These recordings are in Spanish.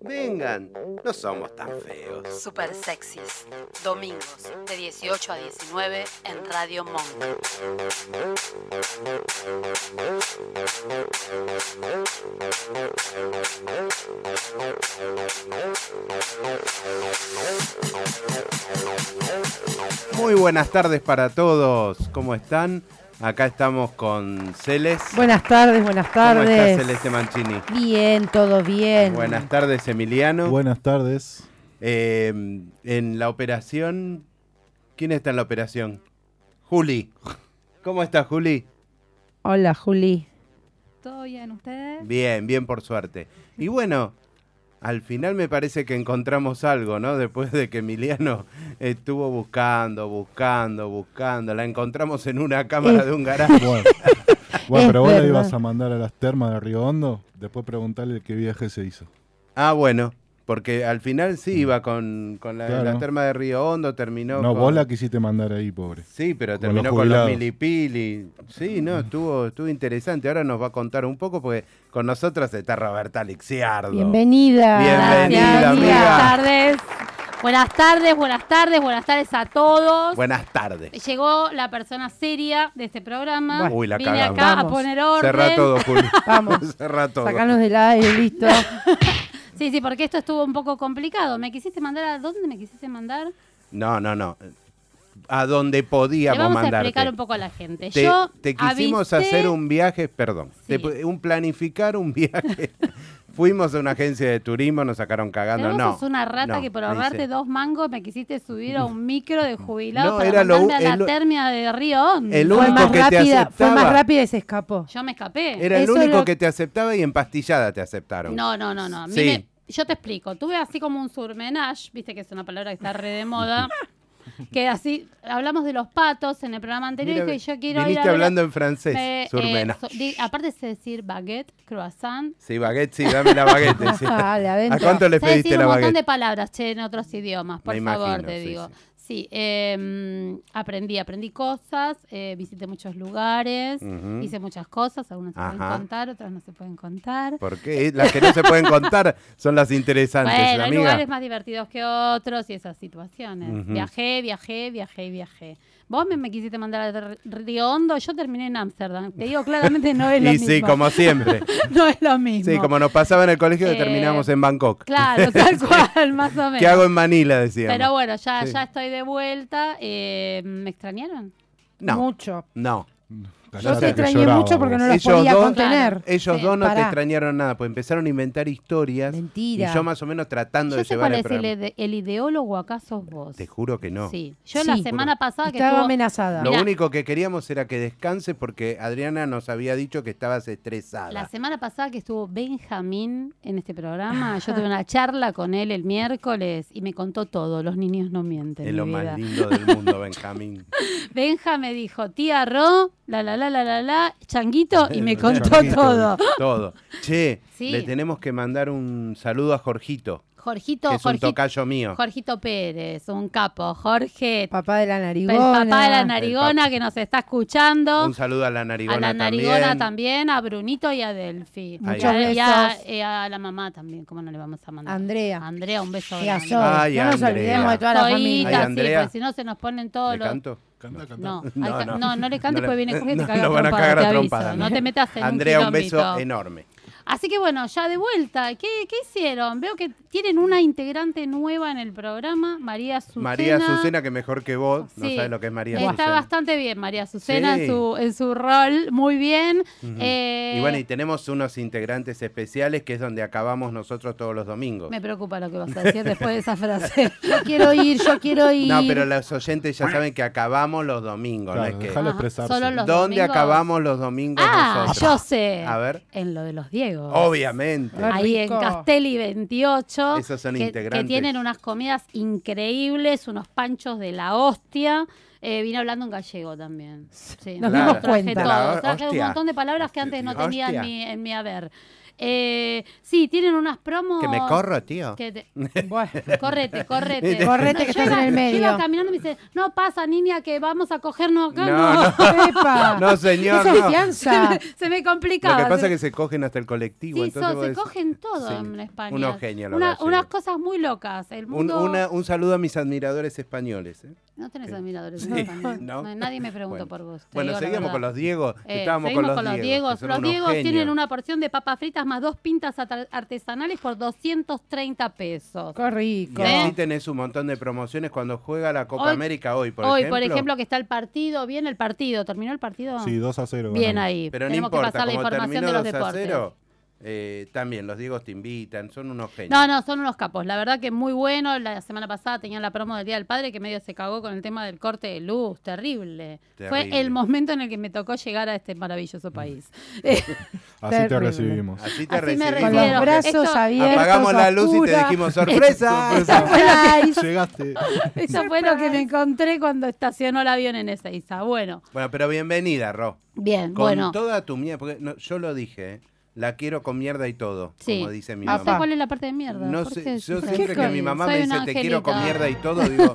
Vengan, no somos tan feos. Super Sexys, domingos de 18 a 19 en Radio Monk. Muy buenas tardes para todos, ¿cómo están? Acá estamos con Celes. Buenas tardes, buenas ¿Cómo estás, tardes. Celeste Mancini? bien, todo bien. Buenas tardes, Emiliano. Buenas tardes. Eh, en la operación, ¿quién está en la operación? Juli. ¿Cómo estás, Juli? Hola, Juli. ¿Todo bien ustedes? Bien, bien por suerte. Y bueno, al final me parece que encontramos algo, ¿no? Después de que Emiliano estuvo buscando, buscando, buscando. La encontramos en una cámara Eh. de un garaje. Bueno, Bueno, Es pero vos la verdad. ibas a mandar a las termas de Río Hondo, después preguntarle qué viaje se hizo. Ah, bueno. Porque al final sí iba con, con la, Mm. Claro. la terma de Río Hondo, terminó No, con... vos la quisiste mandar ahí, pobre. Sí, pero Con terminó los con los jubilados. Mm. milipili. Sí, no, estuvo, estuvo interesante. Ahora nos va a contar un poco porque con nosotros está Roberta Alexiardo. Bienvenida. Bienvenida, amiga. Buenas tardes. Buenas tardes, buenas tardes, buenas tardes a todos. Buenas tardes. Llegó la persona seria de este programa. Uy, la Vine cagamos. acá a Vamos. poner orden. Cerra todo, Julio. Vamos. Cerra todo. Sacanos del aire, listo. Sí, sí, porque esto estuvo un poco complicado. ¿Me quisiste mandar a dónde me quisiste mandar? No, no, no. A donde Le podíamos vamos a mandarte. explicar un poco a la gente. te, Yo te quisimos avisé- hacer un viaje, perdón, Sí. te pu- un planificar un viaje. Fuimos a una agencia de turismo, nos sacaron cagando. Pero No, vos sos una rata no, que por me ahorrarte dice. dos mangos me quisiste subir a un micro de jubilado No, para era lo mandarme u- a el la lo- termia de Río Hondo. El Fue único más, que te rápida, fue aceptaba. más rápida y se escapó. Yo me escapé. Era el Eso único lo- que te aceptaba y en pastillada te aceptaron. No, no, no, no. A mí Sí. me- yo te explico. Tuve así como un surmenage, viste que es una palabra que está re de moda. que así, hablamos de los patos en el programa anterior Mira, y dije, yo quiero ir viniste a ver- hablando en francés, me- eh, Surmena. so- di- aparte sé decir baguette, croissant. Sí, baguette, sí, dame la baguette. sí. Dale, ¿A adentro. cuánto le Sé decir pediste un la montón de baguette? palabras, che, en otros idiomas, por Me favor, imagino, te sí, digo. sí. Sí, eh, aprendí, aprendí cosas, eh, visité muchos lugares, Ujú. hice muchas cosas, algunas se Ajá. pueden contar, otras no se pueden contar. ¿Por qué? Las que no se pueden contar son las interesantes, Bueno, hay amiga. lugares más divertidos que otros y esas situaciones. Ujú. Viajé, viajé, viajé, y viajé. Vos me, me quisiste mandar a R- Río Hondo, yo terminé en Ámsterdam. Te digo, claramente no es lo y mismo. sí, como siempre. No es lo mismo. Sí, como nos pasaba en el colegio, Eh, terminamos en Bangkok. Claro, tal cual, más o menos. ¿Qué hago en Manila? Decíamos. Pero bueno, ya, Sí. ya estoy de vuelta. Eh, ¿Me extrañaron? no, Mucho. no. Callate Yo sé que te extrañé lloraba, mucho porque vos. no los Ellos podía dos- Eh, contener. Ellos Sí, dos no te pará. extrañaron nada, pues empezaron a inventar historias. Mentira. Y yo más o menos tratando Yo de sé llevar cuál el es el, programa. ide- el ideólogo, acá sos vos. Te juro que no. Sí. Yo la Sí. semana pasada Ah, que Estaba estuvo- amenazada. Lo Mirá. único que queríamos era que descanses porque Adriana nos había dicho que estabas estresada. La semana pasada que estuvo Benjamín en este programa, yo tuve una charla con él el miércoles y me contó todo, los niños no mienten. Es mi lo vida. más lindo del mundo, Benjamín. Benja me dijo, tía Ro, la la la la la la, changuito, y me contó Tranquilo, todo. Todo. Che, Sí. le tenemos que mandar un saludo a Jorgito, Jorgito, que es un Jorgito, tocayo mío. Jorgito Pérez, un capo, Jorge, Papá de la el narigona. papá de la El narigona papá. que nos está escuchando. Un saludo a la narigona, a la narigona también. también. a Brunito y a Delphi. Muchos Y a, y a- besos. y a la mamá también, ¿cómo no le vamos a mandar? Andrea. Andrea, un beso. Y a grande. Zoe. Ay, no nos Andrea. olvidemos de toda la Zoita, familia. Ay, sí, Andrea. porque si no se nos ponen todos ¿Le los. canto? Canta, canta. No, No, hay ca- no. no, no le cantes No le- porque pues viene Jorge y te no, caga lo van a trompada, cagar a te aviso, trompada. No te metas en Andrea, un beso quilombito. enorme. Así que bueno, ya de vuelta. ¿Qué, qué hicieron? Veo que tienen una integrante nueva en el programa, María Susana. María Azucena, que mejor que vos, no Sí. sabes lo que es María Está Azucena. bastante bien María Susana Sí. en, su, en su rol, muy bien. Eh, Y bueno, y tenemos unos integrantes especiales que es donde acabamos nosotros todos los domingos. Me preocupa lo que vas a decir después de esa frase. Yo quiero ir, yo quiero ir. No, pero los oyentes ya saben que acabamos los domingos, Claro, ¿no? Es que... dejalo Ajá, expresarse. solo los ¿Dónde domingos? acabamos los domingos Ah, nosotros? yo sé. A ver. En lo de los Diegos. Obviamente. Ay, Ahí en rico. Castelli 28. Esos son que, que integrantes. tienen unas comidas increíbles, unos panchos de la hostia. Eh, vine hablando en gallego también. Sí. Nos dimos Traje cuenta. todo, Claro, traje hostia. un montón de palabras que antes no Hostia. tenía en mi, en mi haber. Eh, sí, tienen unas promos. Que me corro, tío. que te- Bueno, Correte, correte. Correte que estás en el medio. Llega caminando y me dice, no pasa, niña, que vamos a cogernos acá. No, no. Pepa. No, señor, Eso es no. fianza. Se me Lo complicaba. que pasa se- es que se cogen hasta el colectivo. Sí, entonces so- vos se decís- cogen todo Sí. en España. Unos genios los Una- gallegos. Unas cosas muy locas. El Un, mundo... una- un saludo a mis admiradores españoles. ¿eh? No tenés Sí. admiradores. Sí, en España. ¿no? No, nadie me preguntó Bueno. por vos. te Bueno, digo la seguíamos verdad. con los Diegos. Eh, Estábamos seguimos con los, Diegos. que son Los unos Diegos tienen genios. una porción de papas fritas más dos pintas atar- artesanales por 230 pesos. Qué Y rico. ¿Eh? así tenés un montón de promociones cuando juega la Copa Hoy- América hoy, por Hoy, ejemplo. por ejemplo, que está el partido, bien el partido. ¿Terminó el partido? Sí, 2 a 0. Bien ahí. Pero no Tenemos que importa, pasar la como información terminó de los 2 a deportes. 0, eh, también los Diegos te invitan, son unos genios. No, no, son unos capos. La verdad que muy bueno. La semana pasada tenían la promo del Día del Padre que medio se cagó con el tema del corte de luz. Terrible. Terrible. Fue el momento en el que me tocó llegar a este maravilloso país. Así te Terrible. recibimos. Así te Así me recibimos. Con Pero los brazos esto- abiertos. Apagamos la luz y te oscura. dijimos sorpresa. Surprise. Llegaste. Eso fue lo que me encontré cuando estacionó el avión en Ezeiza. Bueno, Bueno, pero bienvenida, Ro. bien, Con bueno. toda tu mierda, porque no, yo lo dije, ¿eh? la quiero con mierda y todo, Sí. como dice mi No sé mamá. cuál es la parte de mierda. No ¿Por sé, qué? yo ¿Por siempre qué? que mi mamá Soy me un dice te quiero con angelito". mierda y todo, digo.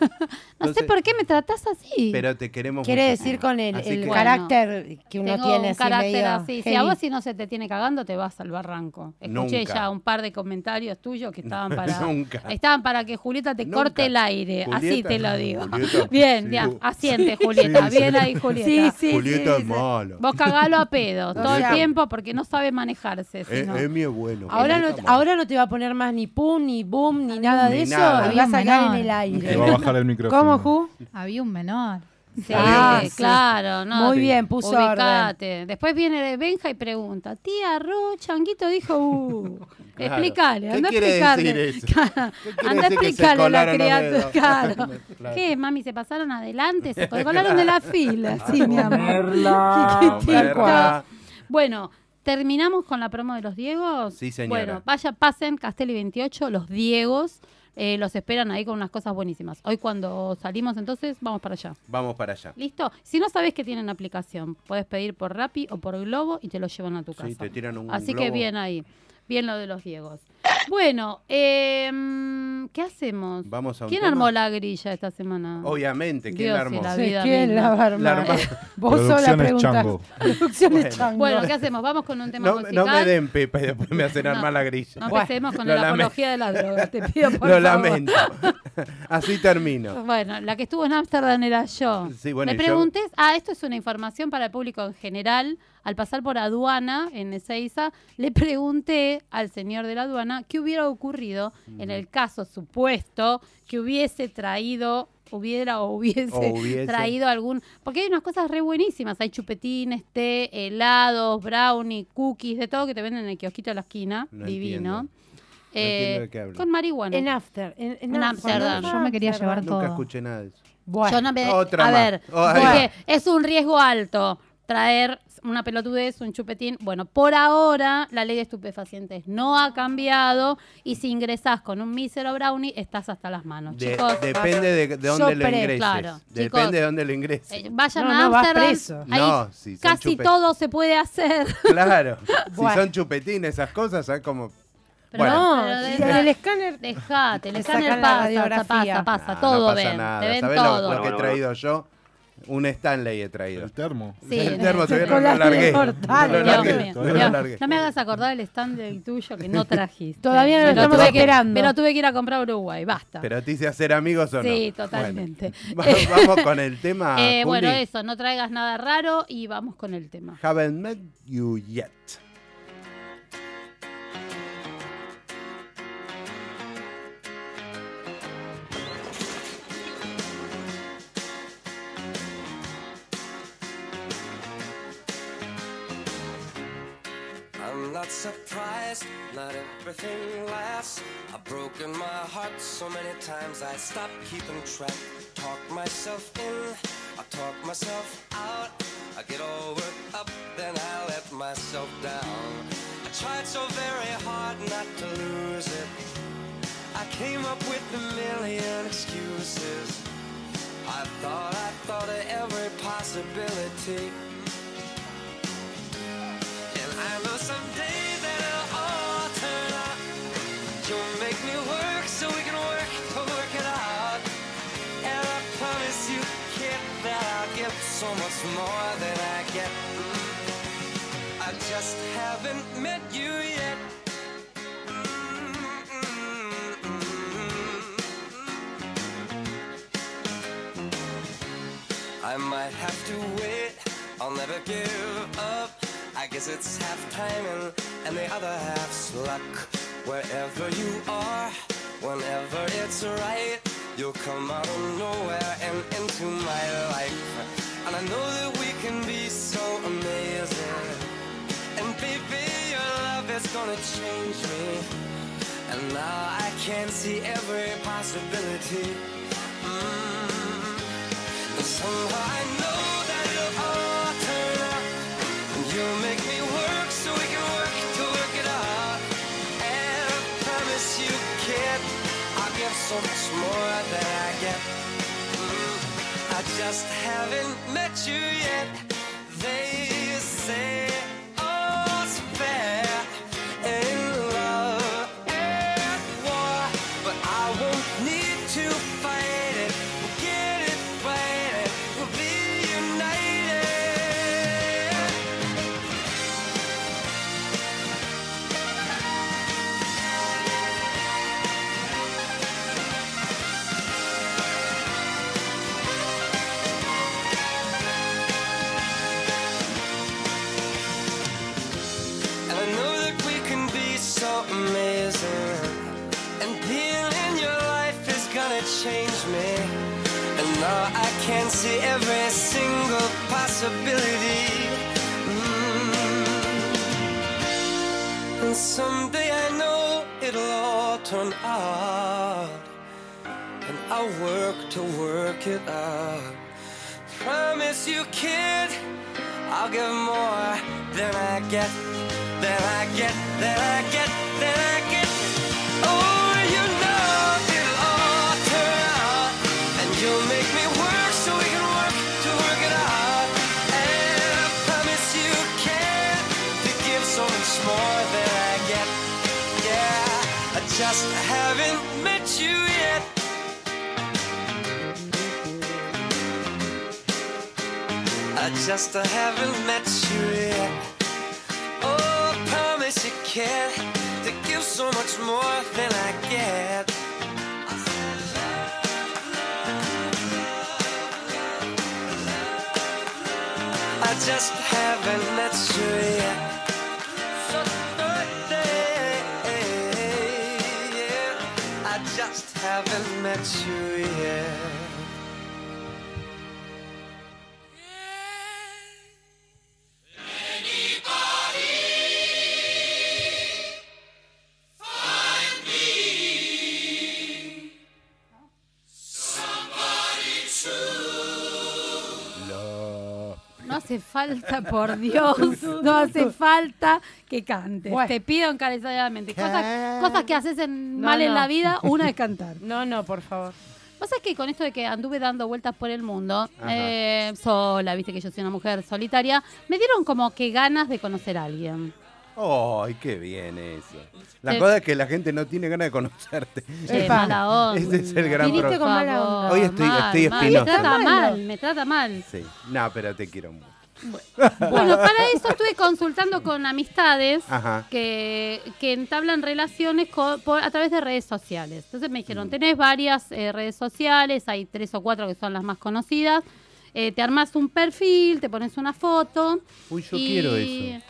No sé por qué me tratás así. Pero te queremos Quiere mucho. decir con el, Así el que- carácter que uno Tengo tiene un así carácter medio así. Si heavy. a vos si no se te tiene cagando, te vas al barranco. Escuché Nunca. ya un par de comentarios tuyos que estaban para, Nunca. estaban para que Julieta te Nunca. corte el aire. Así Julieta. te lo digo. Julieta. Bien, Sí. ya, asiente, Julieta. Sí, sí. Bien ahí, Julieta. Sí, sí, Julieta sí, es sí. malo. Vos cagalo a pedo todo sea- el tiempo porque no sabe manejarse. si Eh, no. Emi es bueno. Ahora Julieta no, es malo. ahora no te va a poner más ni pum, ni boom, ni nada de Ni eso. nada. Y vas a sacar Menor. en el aire. Te va a bajar el micrófono. ¿Cómo, Ju? Había un menor. Sí, Ah, sí. claro, no. Muy Sí. bien, puso Ubicate. Después viene Benja y pregunta, tía Ro, Changuito dijo, uh, Claro. explícale, ¿Qué anda a quiere explicarle. decir eso? Claro, ¿Qué quiere Anda a decir que se explicarle a la colaron los criatura. dedos? Claro. Claro. ¿Qué, mami? ¿Se pasaron adelante? ¿Se colgaron de la fila? Sí, mi amor. Ponerla. Chiquitito. Bueno, terminamos con la promo de los Diegos. Sí, señora. Bueno, vaya, pasen, Castelli 28, los Diegos. eh, los esperan ahí con unas cosas buenísimas. Hoy cuando salimos entonces, vamos para allá. Vamos para allá. ¿Listo? Si no sabes que tienen aplicación, puedes pedir por Rappi o por Globo y te lo llevan a tu casa. Sí, te tiran un Así que globo. bien ahí. Bien lo de los Diegos. Bueno, em, ¿qué hacemos? Vamos a un ¿Quién tema? armó la grilla esta semana? Obviamente, ¿quién Dios la y armó? la Sí, vida ¿Quién misma. la va a armar? La arma- Vos sola Producciones preguntás. Chango. Producciones Bueno. Chango. Bueno, ¿qué hacemos? Vamos con un tema No, musical. no me den pepa y después me hacen No, armar la grilla. No empecemos con Lo la lame- apología de la droga. Te pido por Lo favor. lamento. Así termino. Bueno, la que estuvo en Ámsterdam era yo. Sí, bueno, Me y yo- pregunté, ah, esto es una información para el público en general. Al pasar por aduana en Ezeiza, le pregunté al señor de la aduana qué hubiera ocurrido en el caso supuesto que hubiese traído hubiera o hubiese, O hubiese. traído algún... Porque hay unas cosas re buenísimas, hay chupetines, té, helados, brownie, cookies, de todo que te venden en el kiosquito de la esquina, No divino. Eh, entiendo. entiendo de qué habla. con marihuana. En After. En, en En Amsterdam. Yo me quería llevar Nunca todo. escuché nada de eso. Bueno. Yo no me- Otra a más. ver, Oh, ahí porque es un riesgo alto traer una pelotudez, un chupetín. Bueno, por ahora la ley de estupefacientes no ha cambiado y si ingresás con un mísero brownie estás hasta las manos. De- Chicos, depende de, de dónde lo Sopre, ingreses. claro. Depende Chicos, de dónde lo ingreses. eh, vayan No, a no vas Ámsterdam, preso. ahí No, si son casi chupe- todo se puede hacer. Claro. Bueno. Si son chupetines, esas cosas, ¿sabes cómo? Pero bueno, No, Pero y deja- en el escáner. Dejate, le Te sacan el sacan la pasa, pasa, radiografía. pasa, nah, todo Ah, no pasa ven, nada. te ven ¿Sabés lo- todo. Lo, que he traído yo? Un Stanley he traído. El termo. Sí. El termo todavía no Con lo la largué. No inmortal. lo Dios largué. mío, todavía Dios, lo largué. No me hagas acordar el stand del tuyo que no trajiste. Todavía no lo Pero estamos tuve que- esperando. Pero tuve que ir a comprar a Uruguay, basta. Pero te hice hacer amigos o no. Sí, totalmente. Bueno, va- vamos con el tema. Eh, bueno, Ah, Juli. eso, no traigas nada raro y vamos con el tema. Haven't met you yet. I'm not surprised, not everything lasts. I've broken my heart so many times I stopped keeping track. Talk myself in, I talk myself out. I get all worked up, then I let myself down. I tried so very hard not to lose it. I came up with a million excuses. I I thought I thought of every possibility. And I know someday that it'll all turn out. You'll make me work so we can work to work it out. And I promise you, kid, that I'll give so much more than I get. I just haven't met you yet. I might have to wait, I'll never give up. I guess it's half timing and the other half's luck. Wherever you are, whenever it's right, you'll come out of nowhere and into my life. And I know that we can be so amazing. And baby, your love is gonna change me. And now I can see every possibility. Mm. Somehow I know that it'll all turn out. And you'll make me work so we can work to work it out. And I promise you, kid, I'll give so much more than I get. Mm, I just haven't met you yet. They say all's fair in love and war, but I won't need to fight it. We'll get it right. We'll be united. And I know that we can be so amazing. And being in your life is gonna change me. And now I can see every single possibility. Mm. And someday I know it'll all turn out. And I'll work to work it out. Promise you, kid, I'll give more than I get, than I get, than I get, than I get. Oh, you know it'll all turn out, and you'll make me work so we can work to work it out. And I promise you, kid, to give so much more than I get. Yeah, I just haven't met you yet. I just haven't met you yet. Oh, I promise you can to give so much more than I get. I just haven't met you yet. So yeah, I just haven't met you yet. No hace falta, por Dios, no hace falta que cantes. Bueno. Te pido encarecidamente. Cosas, cosas que haces en- No, mal en no. la vida, una es cantar. No, no, por favor. Vos sabés que con esto de que anduve dando vueltas por el mundo, Ajá. eh, sola, viste que yo soy una mujer solitaria, me dieron como que ganas de conocer a alguien. ¡Ay, qué bien eso! La Te- cosa es que la gente no tiene ganas de conocerte. Epa. Che, Eh, mala onda. Ese es el gran Viniste problema. Por con mala favor, onda. Hoy estoy- mal, estoy mal. Me espinosa. trata Está malo. mal, me trata mal. Sí. No, pero te quiero mucho. Bueno, para eso estuve consultando con amistades Ajá. que, que entablan relaciones co- por- a través de redes sociales. Entonces me Mm. dijeron, tenés varias eh, redes sociales, hay tres o cuatro que son las más conocidas. Eh, te armas un perfil, te pones una foto. Uy, yo y- quiero eso.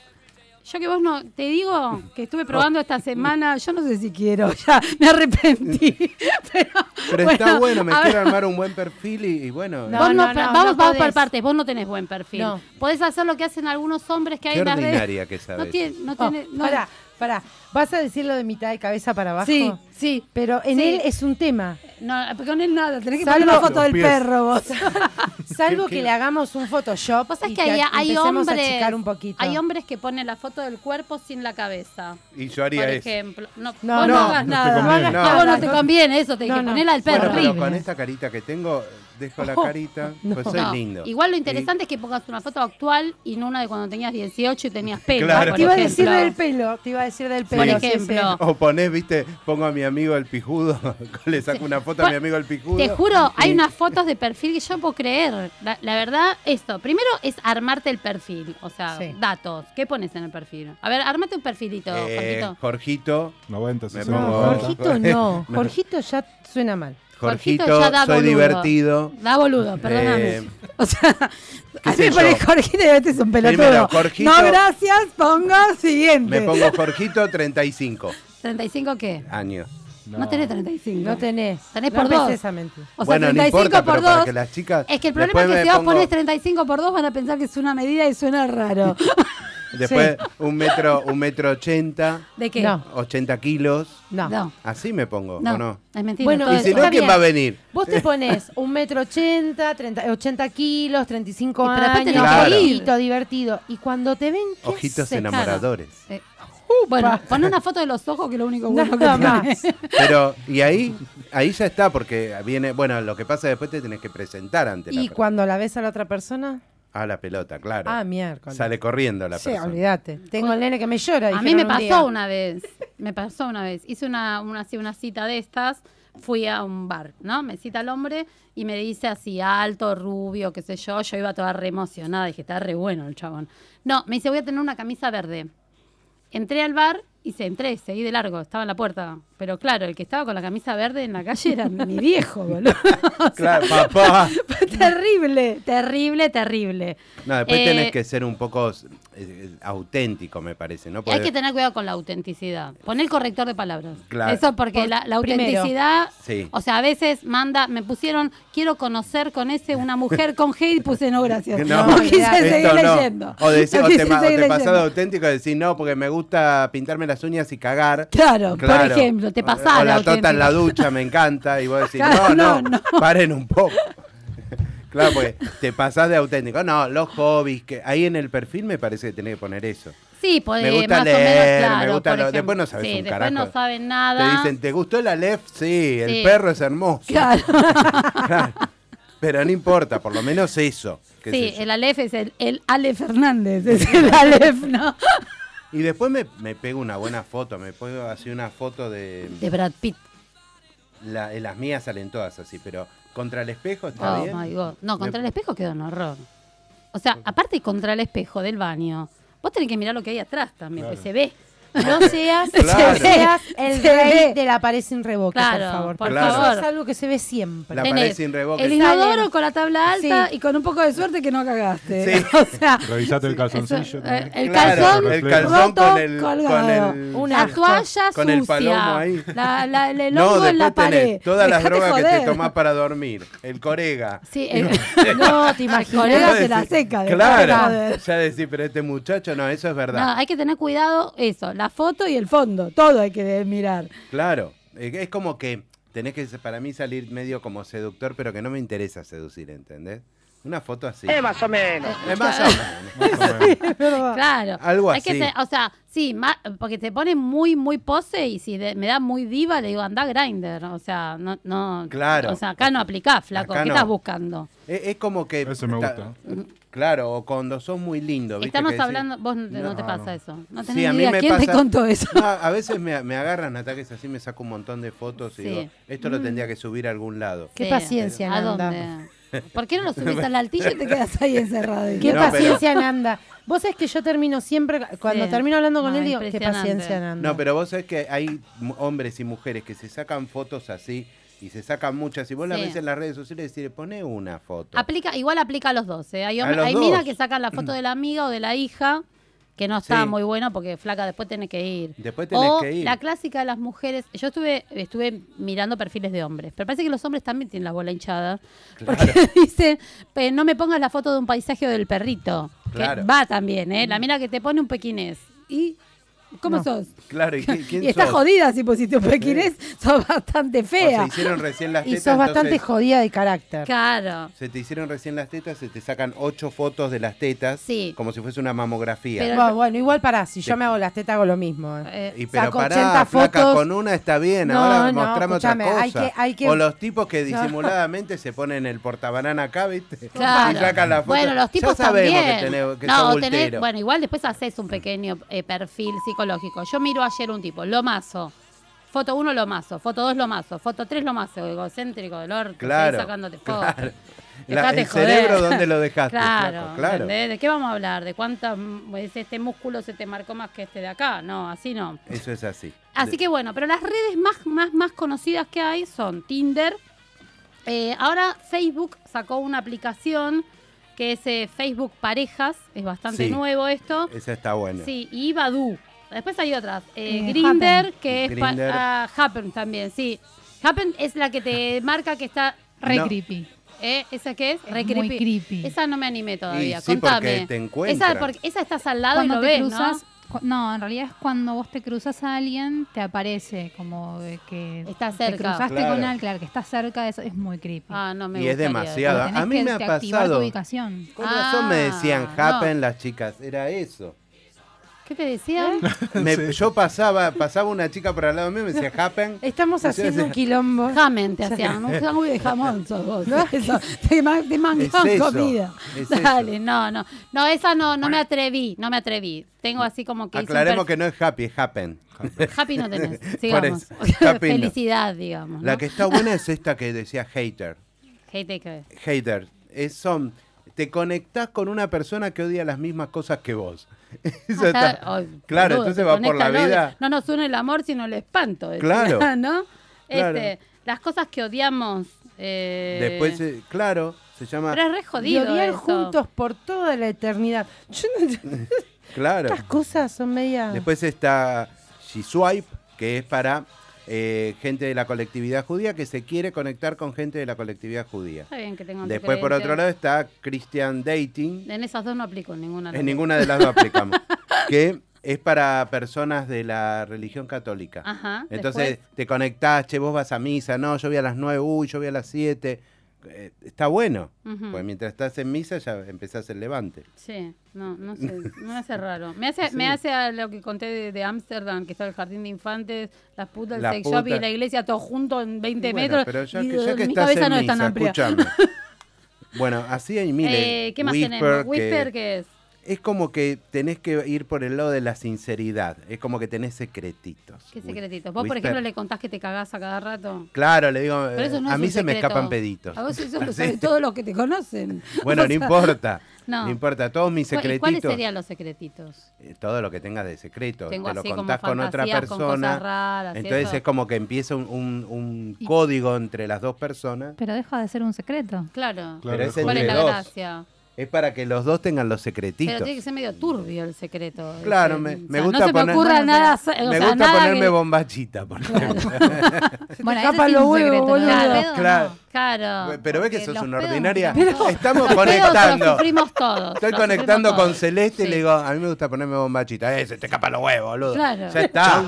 Yo que vos no, te digo que estuve probando esta semana, yo no sé si quiero, ya me arrepentí. Pero, Pero está bueno, me a quiero ver. armar un buen perfil y, y bueno. No, Vos no- no, pa- no, vamos, no vamos podés. por partes, vos no tenés buen perfil. No. Podés hacer lo que hacen algunos hombres que hay Qué en las redes. ordinaria que sabés. No tiene, no Oh, tiene, no- Pará, pará. ¿Vas a decirlo de mitad de cabeza para abajo? Sí, sí. Pero en Sí. él es un tema. No, con él nada, tenés que Salvo- poner la foto Los del pies. perro vos. Salvo ¿Qué- que qué? le hagamos un Photoshop. Vos sabés y que hay, hay empecemos a hombres. achicar un poquito. Hay hombres que ponen la foto del cuerpo sin la cabeza. Y yo Por haría eso. ejemplo. No, No, vos no, no, hagas te no nada. conviene. A vos no No. te conviene eso, te No, dije, no. ponela del perro. Bueno, pero horrible. con esta carita que tengo, dejo la carita. Pues soy Oh, No, lindo. Igual lo interesante es que pongas una foto actual y no una de cuando tenías 18 y tenías pelo. Claro. por Te iba a decir ejemplo. del pelo, te iba a decir del pelo. sí, ejemplo. sí. O ponés, viste, pongo a mi amigo el pijudo, le saco una foto a mi amigo el pijudo. Te juro, hay y- unas fotos de perfil que yo no puedo creer. La, la verdad, esto. Primero es armarte el perfil. O sea, Sí. datos. ¿Qué pones en el perfil? A ver, armate un perfilito, Eh, Jorgito. Jorgito, 90, Me 60. No, pongo- Jorgito no. Jorgito ya suena mal. Jorgito Jorgito, ya da soy boludo. divertido. Da boludo, perdóname. Eh, o sea, ¿Qué A mí me sé pone yo? Ah, Jorgito y este es un pelotudo. Primero, Jorgito- No, gracias, pongo siguiente. Me pongo Jorgito 35 ¿35 qué? años. No, tenés 35. No tenés. Tenés No por dos. empecés a mentir. O sea, bueno, no 35 importa, por pero para 2. que las chicas. Es que el problema después es que me si vos pongo- pones 35 por 2 van a pensar que es una medida y suena raro. Después un metro, un metro ochenta, ¿De qué? No. 80 kilos. No. No. Así me pongo, No, ¿o no? es mentira. Bueno, todo Y si eso. no, está ¿quién bien. va a venir? Vos te pones un metro ochenta, 30, 80 kilos, 35 Y pero después años, tenés que claro. ir. Ojito, divertido. Y cuando te ven, ¿qué Ojitos haces? enamoradores. Eh, bueno, pon una foto de los ojos que es lo único bueno Nada que más. tenés. Pero, y ahí, ahí ya está, porque viene, bueno, lo que pasa después te tenés que presentar ante la Y per- cuando la ves a la otra persona, a la pelota, claro. ah, miércoles. Sale corriendo la sí, persona. olvídate. Tengo el nene que me llora. A mí me dijeron un día. pasó una vez. Me pasó una vez. Hice una, una, así, una cita de estas. Fui a un bar, ¿no? Me cita el hombre y me dice así, alto, rubio, qué sé yo. Yo iba toda re emocionada. Dije, está re bueno el chabón. No, me dice, voy a tener una camisa verde. Entré al bar y se entré, seguí de largo, estaba en la puerta. Pero claro, el que estaba con la camisa verde en la calle era mi viejo, boludo. Claro, papá. Fue terrible, terrible, terrible. No, después Eh, tenés que ser un poco eh, auténtico, me parece, ¿no? Y hay Podés- que tener cuidado con la autenticidad. Pon el corrector de palabras. Claro. Eso porque Por- la, la primero. autenticidad, Sí. o sea, a veces manda, me pusieron, quiero conocer con ese una mujer con G y puse no gracias. No, No, quise olvidate. esto seguir no. leyendo. O, decí- No o te, quise ma- o te seguir pasás de leyendo. auténtico y decís no, porque me gusta pintarme las uñas y cagar. Claro, por ejemplo, te O, pasás o de la tota en la auténtico. ducha, me encanta. Y vos decís, Claro, no, no, no, paren un poco. Claro, pues te pasás de auténtico. No, los hobbies, que ahí en el perfil me parece que tenés que poner eso. Sí, pues, Me gusta más o leer, menos, claro. me gusta por lo- ejemplo. después no sabes sí, un después carajo. no saben Te nada. dicen, ¿te gustó la LEF? Sí, el Sí. perro es hermoso. Claro. Pero no importa, por lo menos eso. qué sé Sí, yo. el Alef es el, el Ale Fernández, es el Alef, ¿no? Y después me, me pego una buena foto, me pego así una foto de... De Brad Pitt. la- eh, las mías salen todas así, pero contra el espejo está Oh bien. my God. No, contra Me- el espejo quedó un horror. O sea, aparte contra el espejo del baño, vos tenés que mirar lo que hay atrás también, porque se ve. No seas, Claro. no seas el Se rey ve. de la pared sin revoque, Claro, por favor. por porque favor. Eso es algo que se ve siempre. La- pared Tenés sin revoque. El inodoro Salen. con la tabla alta Sí. y con un poco de suerte que no cagaste. Sí. O sea, Revisate el calzoncillo. eso, eh, ¿no? el Claro, calzón, el calzón roto, con el- colgado. con el- una sí. toalla Con sucia, el palomo ahí. La, la- el No, hongo en la después pared. tenés todas las Dejate drogas que te joder. tomás para dormir. El corega. Sí, el- no, te imaginas. Colega se se la seca. dejate Claro. joder. Ya decís, pero este muchacho, no, eso es verdad. No, hay que tener cuidado eso, la foto y el fondo, todo hay que mirar. Claro. Eh, Es como que tenés que, para mí, salir medio como seductor, pero que no me interesa seducir, ¿entendés? Una foto así. Es más o menos. Es más o menos. Más o menos. Claro. Algo Hay que así. ser- o sea, sí, ma- porque te pone muy, muy pose y si de- me da muy diva, le digo, anda grinder. O sea, no, no. Claro. O sea, acá no aplicás, flaco. Acá ¿Qué no. estás buscando? Es, es como que. Eso me está- gusta. Claro, o cuando sos muy lindo. ¿viste? Estamos que decís- hablando, vos no, te- no te No, pasa no. eso. No tenés Sí, a ni mí idea. me ¿Quién te pasa- contó eso? No, a veces me, me agarran ataques así, me saco un montón de fotos y Sí. Mm. digo, esto lo tendría que subir a algún lado. Qué Sí. paciencia, ¿A Nanda. dónde? ¿Por qué no lo subís al altillo y te quedas ahí encerrado? Qué No, paciencia, Nanda. Vos sabés que yo termino siempre, cuando Sí. termino hablando con No, él, digo, qué impresionante. paciencia, Nanda. No, pero vos sabés que hay mu- hombres y mujeres que se sacan fotos así y se sacan muchas y vos las Sí. ves en las redes sociales y decís, pone una foto. Aplica, igual aplica a los dos. ¿eh? Hay, A hom- los hay dos. minas que sacan la foto de la amiga o de la hija, que no está Sí. muy bueno porque flaca, después tenés que ir. Después tenés O que ir. La clásica de las mujeres. Yo estuve, estuve mirando perfiles de hombres, pero parece que los hombres también tienen la bola hinchada. Porque dicen, "Pe- no me pongas la foto de un paisaje o del perrito. Claro. Mm. Que va también, ¿eh? La mina que te pone un pequinés. Y ¿Cómo No. sos? Claro, ¿y qui- quién Y está sos? jodida si pusiste un pequinés, sos bastante O se fea. hicieron recién las Y tetas. sos bastante entonces, jodida de carácter. Claro. se te hicieron recién las tetas, se te sacan ocho fotos de las tetas, Sí. como si fuese una mamografía. Pero- Bueno, bueno, igual pará, si yo me hago las tetas hago lo mismo. eh. Eh, Y pero Saco pará, 80 flaca, fotos. con una está bien, No, ahora no, mostrame otra escúchame, cosa. hay que- hay que- O los tipos que disimuladamente se ponen el portabanana acá, ¿viste? Claro. Y sacan la foto. Bueno, los tipos ya sabemos también. que, tenés, que No, sos tenés- voltero. bueno, igual después haces un pequeño eh, perfil psicológico. Yo miro ayer un tipo, lomazo. Foto 1 lomazo, foto 2 lomazo, foto 3 lomazo, egocéntrico del orto, Claro, seguís sacándote fotos. claro. La- Dejate el joder. cerebro, ¿dónde lo dejaste? Claro, flaco? claro. ¿entendés? ¿De qué vamos a hablar? ¿De cuántas pues, este músculo se te marcó más que este de acá? No, así no. Eso es así. Así De- que bueno, pero las redes más, más, más conocidas que hay son Tinder. Eh, ahora Facebook sacó una aplicación que es eh, Facebook Parejas. Es bastante Sí. nuevo esto. Esa está buena. Sí, y Badu. Después hay otras. Eh, Eh, Grinder, Happen. que es Grindr. para Happen también, sí. Happen es la que te marca que está Re re No. creepy. ¿Eh? ¿Esa qué es? Es Re muy creepy. Esa no me animé todavía. Y sí, porque Contame. te encuentran. Esa, porque- esa estás al lado cuando y lo te ves, cruzas, cu- ¿no? en realidad es cuando vos te cruzas a alguien, te aparece como de que Está te cerca. cruzaste Claro. con alguien, claro, que está cerca, eso es muy creepy. ¿no? Ah, no me y es gustaría. demasiado. Tenés A mí que me ha te activar tu pasado. ubicación. Con razón me decían Ah, happen las chicas, era eso. ¿Qué te ¿Eh? decían? Me- Yo pasaba, pasaba una chica por al lado mío y me decía happen. Estamos Sí, sí, sí. haciendo un quilombo. Jamen te hacían, un sándwich de jamón sos vos. Eso, te, man- te mangaban Es eso, comida. es Dale, eso. no, no. No, esa no, no me atreví, no me atreví. Tengo así como que. hice un Aclaremos perfil- que no es happy, es happen. Happy no tenés, sigamos. Por eso, happy no. Felicidad, digamos. ¿no? La que está buena es esta que decía hater. Hate que- Hater. Es, son, te conectás con una persona que odia las mismas cosas que vos. Eso Ah, está- está- ay, claro, boludo, entonces te va por la conecta al odio. vida. No nos une el amor, sino el espanto. decía, Claro, ¿no? claro. Este, las cosas que odiamos. eh, Después, eh, claro, se llama. Pero es re Y jodido. odiar eso. juntos por toda la eternidad. Yo no- Claro. Estas cosas son medias. Después está Swipe, que es para eh, gente de la colectividad judía que se quiere conectar con gente de la colectividad judía. Está bien que tengan tu Después, por creencia. otro lado, está Christian Dating. En esas dos Ah, no aplico ninguna. de En las dos. ninguna de las dos aplicamos. que es para personas de la religión católica. Ajá. Entonces Ah, después- te conectás, che, vos vas a misa, no, yo voy a las 9, uy, yo voy a las 7. Eh, está bueno, Ujú. porque mientras estás en misa ya empezás el levante. Sí, no, no sé, me hace raro. Me hace, me hace a lo que conté de- de Ámsterdam, que está el jardín de infantes, las putas, el La sex puta. shop y la iglesia todo junto en 20 Bueno, metros. pero ya Y, que, ya que mi estás cabeza en no es misa, tan amplia. escúchame. Bueno, así hay miles. Eh, ¿Qué más Whisper, tenemos? que- Whisper, ¿qué es? Es como que tenés que ir por el lado de la sinceridad. Es como que tenés secretitos. ¿Qué Whi- secretitos? Vos, Whisper. por ejemplo, le contás que te cagás a cada rato. Claro, le digo, eh, Pero eso no a es mí un se me secreto. escapan peditos. A vos eso lo Así. saben todos los que te conocen. Bueno, O no sea, importa. no. No. importa, todos mis ¿cu- y secretitos. ¿Cuáles serían los secretitos? eh, Todo lo que tengas de secreto. Tengo te lo así como contás con otra fantasías, con cosas persona. raras y entonces eso. es como que empieza un, un- un Y- código entre las dos personas. Pero deja de ser un secreto. Claro. Claro, pero es joder. ¿Cuál es entre la dos. gracia? Es para que los dos tengan los secretitos. Pero tiene que ser medio turbio el secreto. Claro, Ese, me- o sea, me gusta no se me poner- ocurra nada. sa- o Me sea, gusta nada ponerme que- bombachita. por ejemplo. Bueno, tapan ese sí es los un huevos, secreto, ¿no? boludo. Pedo, Claro. Claro. Pero ves que porque sos los una pedos ordinaria. nos quitamos. Estamos Los pedos conectando. Los sufrimos todos. Estoy los conectando sufrimos todos. con Celeste y Sí. le digo, a mí me gusta ponerme bombachita. Eh, se te escapan los huevos, boludo. Claro. Ya está.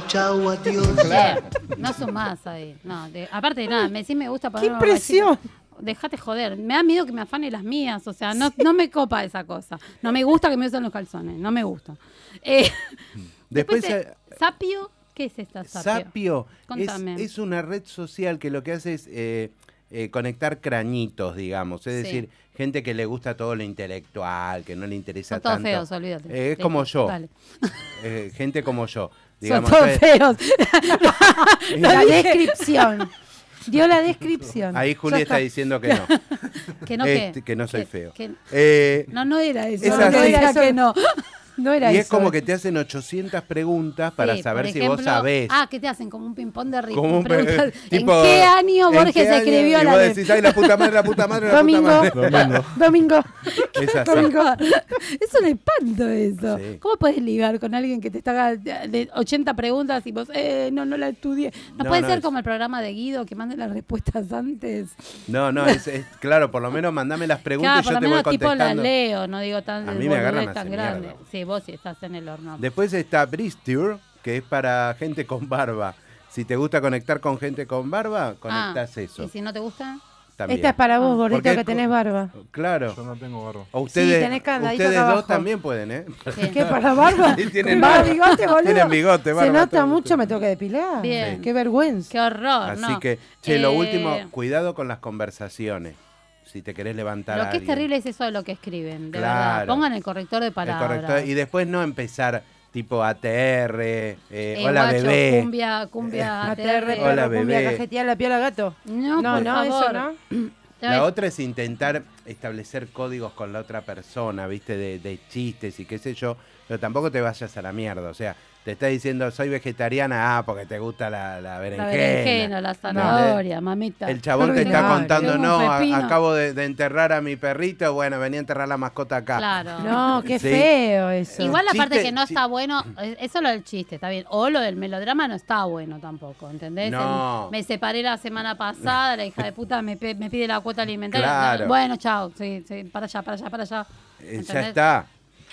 Claro. No sumás ahí. No, de- aparte de nada, me decís me gusta poner ¡Qué una bolsita. presión! Dejate joder. Me da miedo que me afane las mías. O sea, no, no me copa esa cosa. No me gusta que me usen los calzones. No me gusta. Eh, Después, después eh, de- ¿Sapio? ¿Qué es esta Sapio? Sapio es, Contame. es una red social que lo que hace es eh, eh, conectar cranitos, digamos. Es Sí. decir, gente que le gusta todo lo intelectual, que no le interesa Son todos tanto. feos, olvídate. Eh, es Sí, como yo. dale. Eh, gente como yo. Son Digamos, todos entonces, feos. eh, La descripción. Dio la descripción. ahí Juli Ya está diciendo que no. Que no, Este, que, que no soy que- feo. que- Eh, no, no era eso. Es no, no así. era Eso- que no. No era y eso. es como que te hacen 800 preguntas para eh. Sí, saber por si ejemplo, vos sabés. Ah, que te hacen como un ping-pong de ritmo. Como un pe- preguntas, tipo, ¿En qué año ¿en Borges qué año? escribió y la vos de- decís, ay, la puta madre, la puta madre, la puta Domingo. madre. Domingo. Domingo. Es así. Domingo? Es un espanto eso. Sí. ¿Cómo puedes ligar con alguien que te está haga de 80 preguntas y vos, eh, no, no la estudié? No, No, puede no, ser es- como el programa de Guido que mande las respuestas antes. No, no, es, es- claro, por lo menos mandame las Claro, preguntas y por lo yo te voy menos tipo la contestando. leo, no digo tan, A mí me agarran boludez a tan hacer grande. mierda. Sí, vos sí estás en el horno. Después está Bristure, que es para gente con barba. Si te gusta conectar con gente con barba, Ah, conectás eso. Y si no te gusta, También. Esta es para vos, Ah. Porque gordito, es que co- tenés barba. Claro. Yo no tengo barba. O ustedes, tenés cada- ahí ustedes toca dos abajo. también pueden, ¿eh? bien. ¿Qué, para barba? Sí, tienen Barba, barba. bigote, boludo. Tienen bigote, barba, Se nota todo. mucho, me tengo que depilar. Bien. Qué vergüenza. Qué horror, Así no. que, che, lo Eh, último, cuidado con las conversaciones. Si te querés levantar Lo a que es alguien. terrible es eso de lo que escriben, de verdad. Claro. Pongan el corrector de El palabras. corrector- Y después no empezar tipo ATR, eh, Eh, hola guacho, bebé. Cumbia, ATR, cumbia, ATR. Hola, perro, cumbia, bebé. cajetear la piel al gato. No, No, por no, favor. eso no. La otra es intentar establecer códigos con la otra persona, viste, de, de chistes y qué sé yo, pero tampoco te vayas a la mierda. O sea, te está diciendo soy vegetariana, ah, porque te gusta la, la La berenjena. berenjena, la zanahoria, mamita. El chabón te Claro, está claro. contando, Tengo un no, a- pepino". acabo de, de enterrar a mi perrito, bueno, venía a enterrar la mascota acá. Claro. No, qué Sí. feo eso. Igual la parte Chiste, que no chi- está bueno, eh, eso lo del chiste, está bien. O lo del melodrama no está bueno tampoco, ¿entendés? No. El- Me separé la semana pasada, la hija de puta me, pe- me pide la cuota alimentaria. Claro. Bueno, chao, sí, sí, para allá, para allá, para allá. Eh, ya ¿entendés? está,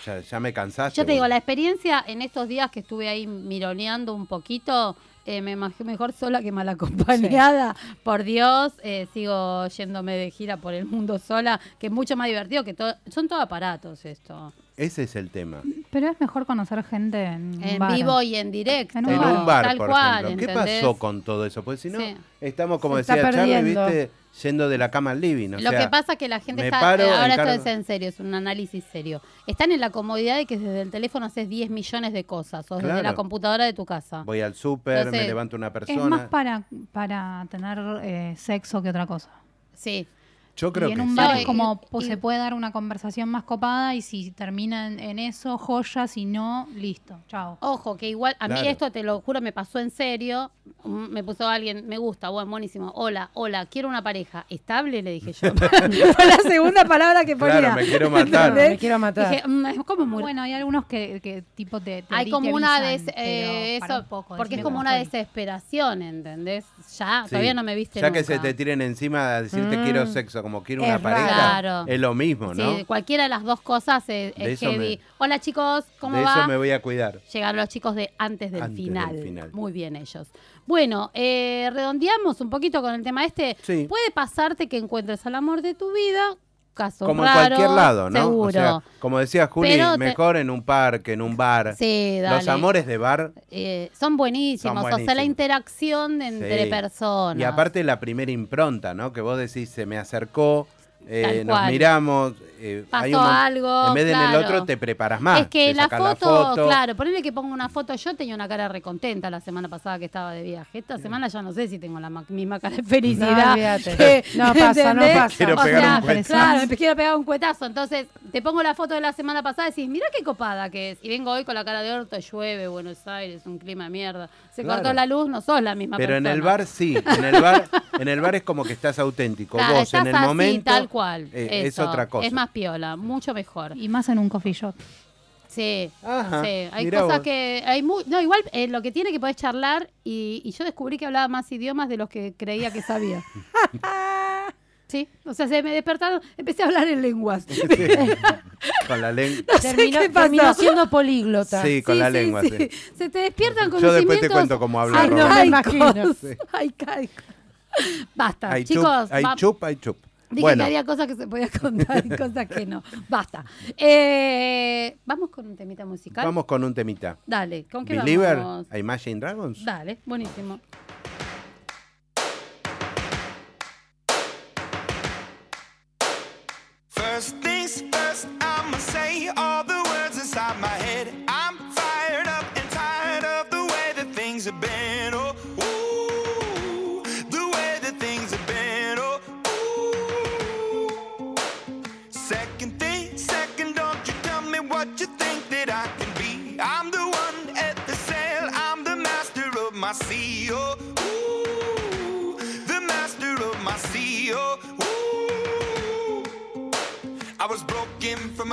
ya, ya me cansaste. Yo te digo, boludo. la experiencia en estos días que estuve ahí mironeando un poquito, eh, me imagino mejor sola que mal acompañada. Por Dios, eh, sigo yéndome de gira por el mundo sola, que es mucho más divertido que todo. Son todos aparatos esto. Ese es el tema. Pero es mejor conocer gente en, un En bar. vivo y en directo. En en bar. un bar, Tal por cual, ejemplo. ¿Qué ¿entendés? pasó con todo eso? Pues si no, Sí. estamos, como Se está decía Charlie, perdiendo. viste, yendo de la cama al living. o Lo sea, que pasa es que la gente me está. paro, eh, ahora encargo- esto es en serio, es un análisis serio. Están en la comodidad de que desde el teléfono haces 10 millones de cosas, o desde Claro. la computadora de tu casa. Voy al súper, me Entonces, levanto una Es persona. más para, para tener eh, sexo que otra cosa. Sí. Yo creo y en que un sí. bar No, es como y- pues, y- se puede dar una conversación más copada y si termina en, en eso, joya, si no, listo, chao. Ojo, que igual, a mí Claro. esto te lo juro, me pasó en serio. Mm, Me puso alguien, me gusta, bueno, buenísimo. Hola, hola, quiero una pareja. ¿Estable? Le dije yo. Fue la segunda palabra que ponía. Claro, me quiero matar. me quiero matar. Dije, mm, es como muy- Bueno, hay algunos que, que tipo te, te- hay te como una des, avisan, eh, pero para eso, un poco, porque es decime como cómo una estoy. desesperación, ¿entendés? Ya, Sí. ah, todavía no me viste Ya nunca. que se te tiren encima a decirte Mm. quiero sexo, como quiero una Es raro. pareja, Claro. es lo mismo, ¿no? Sí, cualquiera de las dos cosas es, De es eso heavy. me- Hola chicos, ¿cómo de va? eso me voy a cuidar. Llegaron los chicos de antes del, Antes del final. final. Muy bien ellos. Bueno, eh, redondeamos un poquito con el tema este. Sí. Puede pasarte que encuentres al amor de tu vida, caso Como raro, en cualquier lado, ¿no? Seguro. O sea, como decía Juli, Pero te- mejor en un parque, en un bar. sí, dale. Los amores de bar. Eh, son, buenísimos. Son O sea, la buenísimos. interacción de entre sí. personas. Y aparte la primera impronta, ¿no? Que vos decís, se me acercó, eh, Tal nos cual. miramos. eh, Pasó mon- algo, En vez de en el claro. otro, te preparas más. es que te la sacás foto, claro, ponele que pongo una foto. Yo tenía una cara recontenta la semana pasada que estaba de viaje. Esta semana ya no sé si tengo la ma- misma cara de No, felicidad. olvídate. que- No pasa, no ¿entendés? pasa. Quiero O pegar sea, un cuetazo. Claro, me quiero pegar un cuetazo. Entonces, te pongo la foto de la semana pasada y decís, mirá qué copada que es. Y vengo hoy con la cara de orto, llueve, Buenos Aires, un clima de mierda. Se Claro. cortó la luz, no sos la misma Pero en persona. el bar sí, en el bar, en el bar es como que estás auténtico. Claro, vos estás en el así, momento. tal cual. eh, Eso, es otra cosa. Es más piola, mucho mejor. Y más en un coffee shop. Sí, Ajá, sí. Hay mirá cosas vos. que. hay mu- No, igual eh, lo que tiene que podés charlar y, y yo descubrí que hablaba más idiomas de los que creía que sabía. sí, o sea, se me despertaron, empecé a hablar en lenguas. Sí. Con la lengua. sé Terminó, qué pasó. terminó siendo políglota. Sí, con la lengua. Sí, Se te despiertan Yo después te conocimientos. cuento cómo hablo, Ay, no, me imagino. Arcaicos. Sí. Arcaicos. Basta, Hay chup, chicos. hay va- chup, hay chup. Dije Bueno, que había cosas que se podía contar y cosas que no. Basta. Eh, vamos con un temita musical. vamos con un temita. Dale, ¿con qué Believer, vamos? a Imagine Dragons. Dale, buenísimo. First things first, I'ma say all the words inside my head. I'm fired up and tired of the way that things have been. Oh, ooh, the way that things have been. Oh, ooh. Second thing, second, don't you tell me what you think that I can be. I'm the one at the sail, I'm the master of my sea. Oh, ooh, the master of my sea. Oh, ooh. I was broken from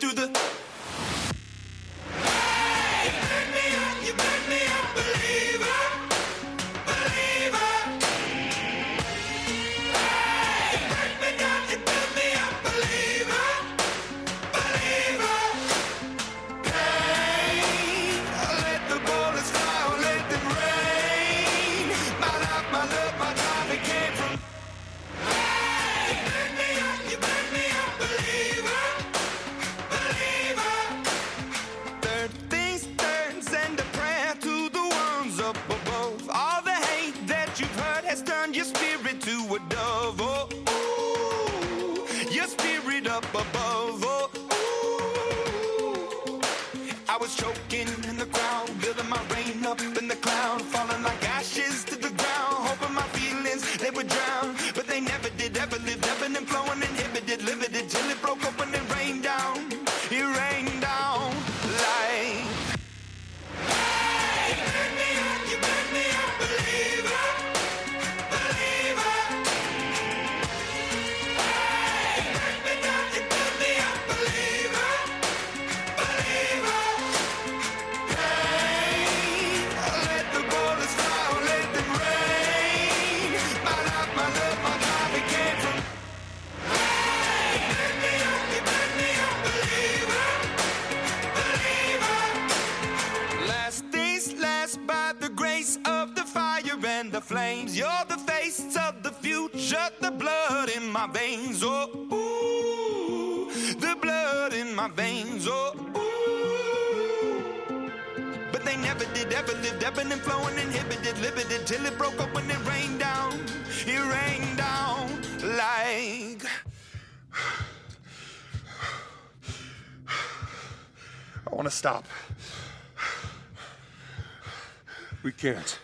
through the. Hey, you made me up, you made me a believer. But Oh, your spirit up above. Oh, ooh. I was choking in the crowd, building my rain up in the cloud, falling like ashes to the ground. Hoping my feelings they would drown, but they never did. Ever lived, ebbing and flowing, inhibited, limited till it broke open and rained down. It rained down like. Hey, you bring me up, you bring me up, believer, believer. Last days last by the grace of the fire and the flames. You're the face of the future, the blood in my veins. Oh, ooh, the blood in my veins. Oh, ooh. But they never did, ever lived, ebbing and flowing, inhibited, limited till it broke up when it rained down. It rained down like. I want to stop. We can't.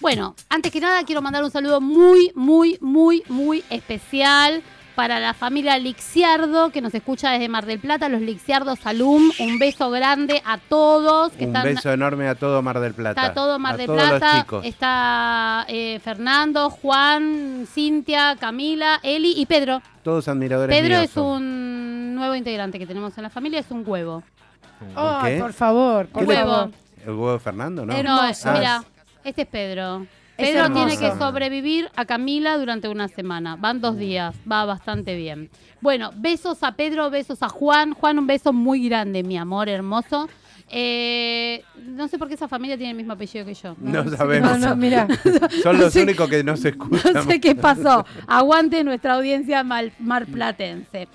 Bueno, antes que nada quiero mandar un saludo muy, muy, muy, muy especial para la familia Lixiardo que nos escucha desde Mar del Plata, los Lixiardo Salum. Un beso grande a todos que Un están. beso enorme a todo Mar del Plata. Está todo Mar a del todos los Plata, chicos. está eh, Fernando, Juan, Cintia, Camila, Eli y Pedro. Todos admiradores Pedro míos es son. un nuevo integrante que tenemos en la familia, es un huevo. Ay, qué? por favor, por ¿Qué le- favor. ¿El huevo de Fernando? No. Ah, No, Hermoso. eh, mira, este es Pedro. Es Pedro tiene hermoso. que sobrevivir a Camila durante una semana. Van dos días, va bastante bien. Bueno, besos a Pedro, besos a Juan. Juan, un beso muy grande, mi amor hermoso. Eh, no sé por qué esa familia tiene el mismo apellido que yo. No No, sabemos. no, mira. Son no los sé- únicos que no se escuchan. No sé qué pasó. Aguante nuestra audiencia mal- marplatense.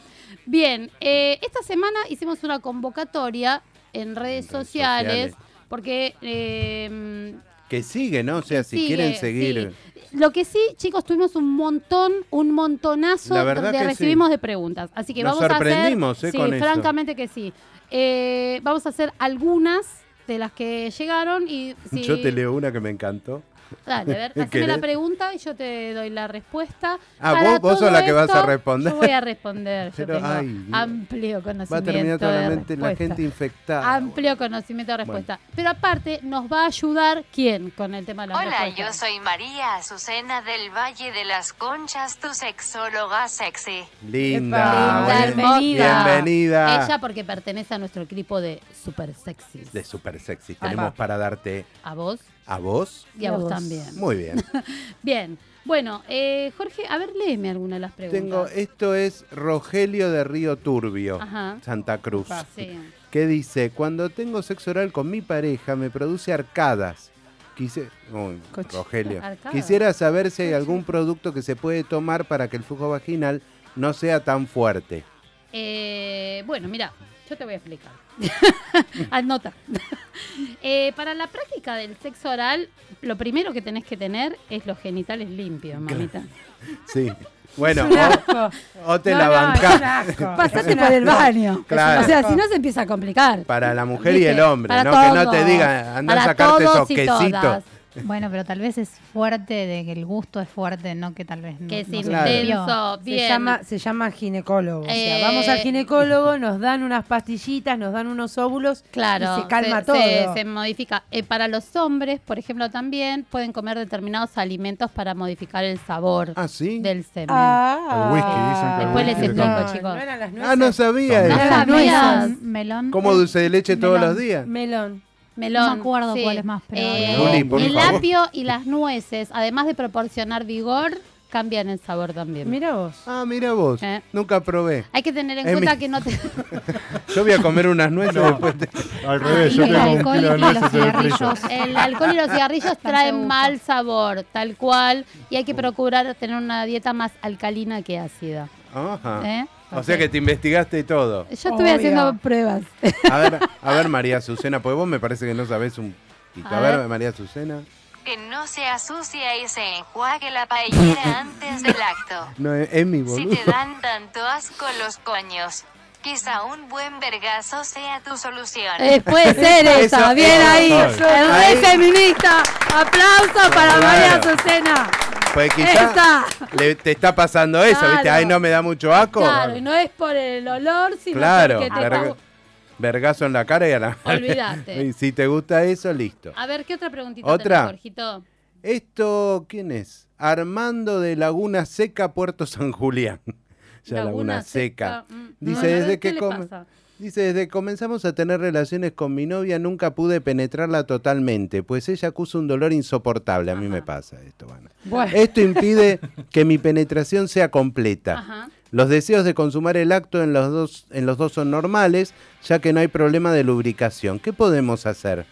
Bien, eh, esta semana hicimos una convocatoria En en redes redes sociales, sociales. porque eh, Que sigue, ¿no? O sea, si sigue, quieren seguir. eh, sí. Lo que sí, chicos, tuvimos un montón, un montonazo La verdad de que recibimos de preguntas. Así que Nos vamos a sorprendimos, hacer. eh, sí, con eso. francamente que sí. Eh, vamos a hacer algunas de las que llegaron y si- Yo te leo una que me encantó. Dale, a ver, ¿Qué haceme la querés? pregunta y yo te doy la respuesta. Ah, Para vos- vos todo sos la que vas a esto, responder. Yo voy a responder. Yo Pero, tengo ay, Dios. amplio conocimiento. Va a terminar de totalmente la respuesta. gente infectada. Amplio conocimiento de respuesta. Pero aparte, nos va a ayudar quién con el tema de la Hola, yo soy María Azucena del Valle de las Conchas, tu sexóloga sexy. Linda. Epa, bueno. bienvenida. Bienvenida. Ella porque pertenece a nuestro equipo de super sexys. De super sexy. Tenemos para darte A vos a vos. y a, Y a vos, vos. también. Muy bien. Bien. Bueno, eh, Jorge, a ver, léeme alguna de las preguntas. Tengo, esto es Rogelio de Río Turbio, Ajá. Santa Cruz. Ah, Sí. que dice, cuando tengo sexo oral con mi pareja me produce arcadas. Quise, Uy, Coche. Rogelio. Arcadas. Quisiera saber si hay algún producto que se puede tomar para que el flujo vaginal no sea tan fuerte. Eh, bueno, mira, yo te voy a explicar. Anota. Eh, para la práctica del sexo oral, lo primero que tenés que tener es los genitales limpios, mamita. Sí. Bueno, Asco. o, o te No, la no, bancás. Pasate por el baño. Ah, eh, Claro. O sea, si no se empieza a complicar. Para la mujer y ¿Viste? el hombre, Para ¿no? Que no te todos. digan, anda Para a sacarte esos todos y todas. quesitos. Bueno, pero tal vez es fuerte, de que el gusto es fuerte, no que tal vez no. Que es no se Claro. limpió. intenso. Bien. Se llama, se llama ginecólogo. o sea, Eh, vamos al ginecólogo, nos dan unas pastillitas, nos dan unos óvulos Claro, y se calma todo. Se, se modifica. Eh, para los hombres, por ejemplo, también pueden comer determinados alimentos para modificar el sabor Ah, sí. del semen. Ah. El whisky, dicen que el Después les whisky le explico, calma. chicos. No eran las nueces. Ah, no sabía. También. Eran Ah, las nueces. melón, melón. Como dulce de leche todos los días. Melón. No Melón. me acuerdo sí. cuál es más, pero. Eh, Luli, por el favor. apio y las nueces, además de proporcionar vigor, cambian el sabor también. Mira vos. Ah, mira vos. Eh. Nunca probé. Hay que tener en Es cuenta mi- que no te... Yo voy a comer unas nueces después. te- Al revés, y yo el tengo un alcohol kilo de y los nueces en el freezer. cigarrillos. el alcohol y los cigarrillos traen gusta. mal sabor, tal cual, y hay que procurar tener una dieta más alcalina que ácida. Ajá. ¿eh? O sea que te investigaste todo. Yo estuve Obvio. haciendo pruebas. A ver, a ver María Azucena, porque vos me parece que no sabés un poquito. A A ver, ver. María Azucena. Que no se asucia y se enjuague la paellera antes del acto. No, es, es mi Si boludo. te dan tanto asco los coños, quizá un buen vergazo sea tu solución. Eh, puede ser Eso, esa, bien eso ahí. soy. El Ahí. rey feminista. Aplauso para Claro. María Azucena. Pues quizá Esta. le- te está pasando eso, Claro. ¿viste? Ay, no me da mucho asco. Claro, y no es por el olor, sino Claro, porque te verga- está- vergazo en la cara y a la Olvídate. Y si te gusta eso, listo. A ver, ¿qué otra preguntita ¿Otra? tenés, Jorgito? Esto, ¿quién es? Armando de Laguna Seca, Puerto San Julián. ya Laguna, Seca. mm. Dice, Bueno, desde ¿qué que le come- pasa? Dice, desde que comenzamos a tener relaciones con mi novia nunca pude penetrarla totalmente, pues ella acusa un dolor insoportable. A mí me pasa esto, Ana. Bueno. Esto impide que mi penetración sea completa. Ajá. Los deseos de consumar el acto en los dos, en los dos son normales, ya que no hay problema de lubricación. ¿Qué podemos hacer?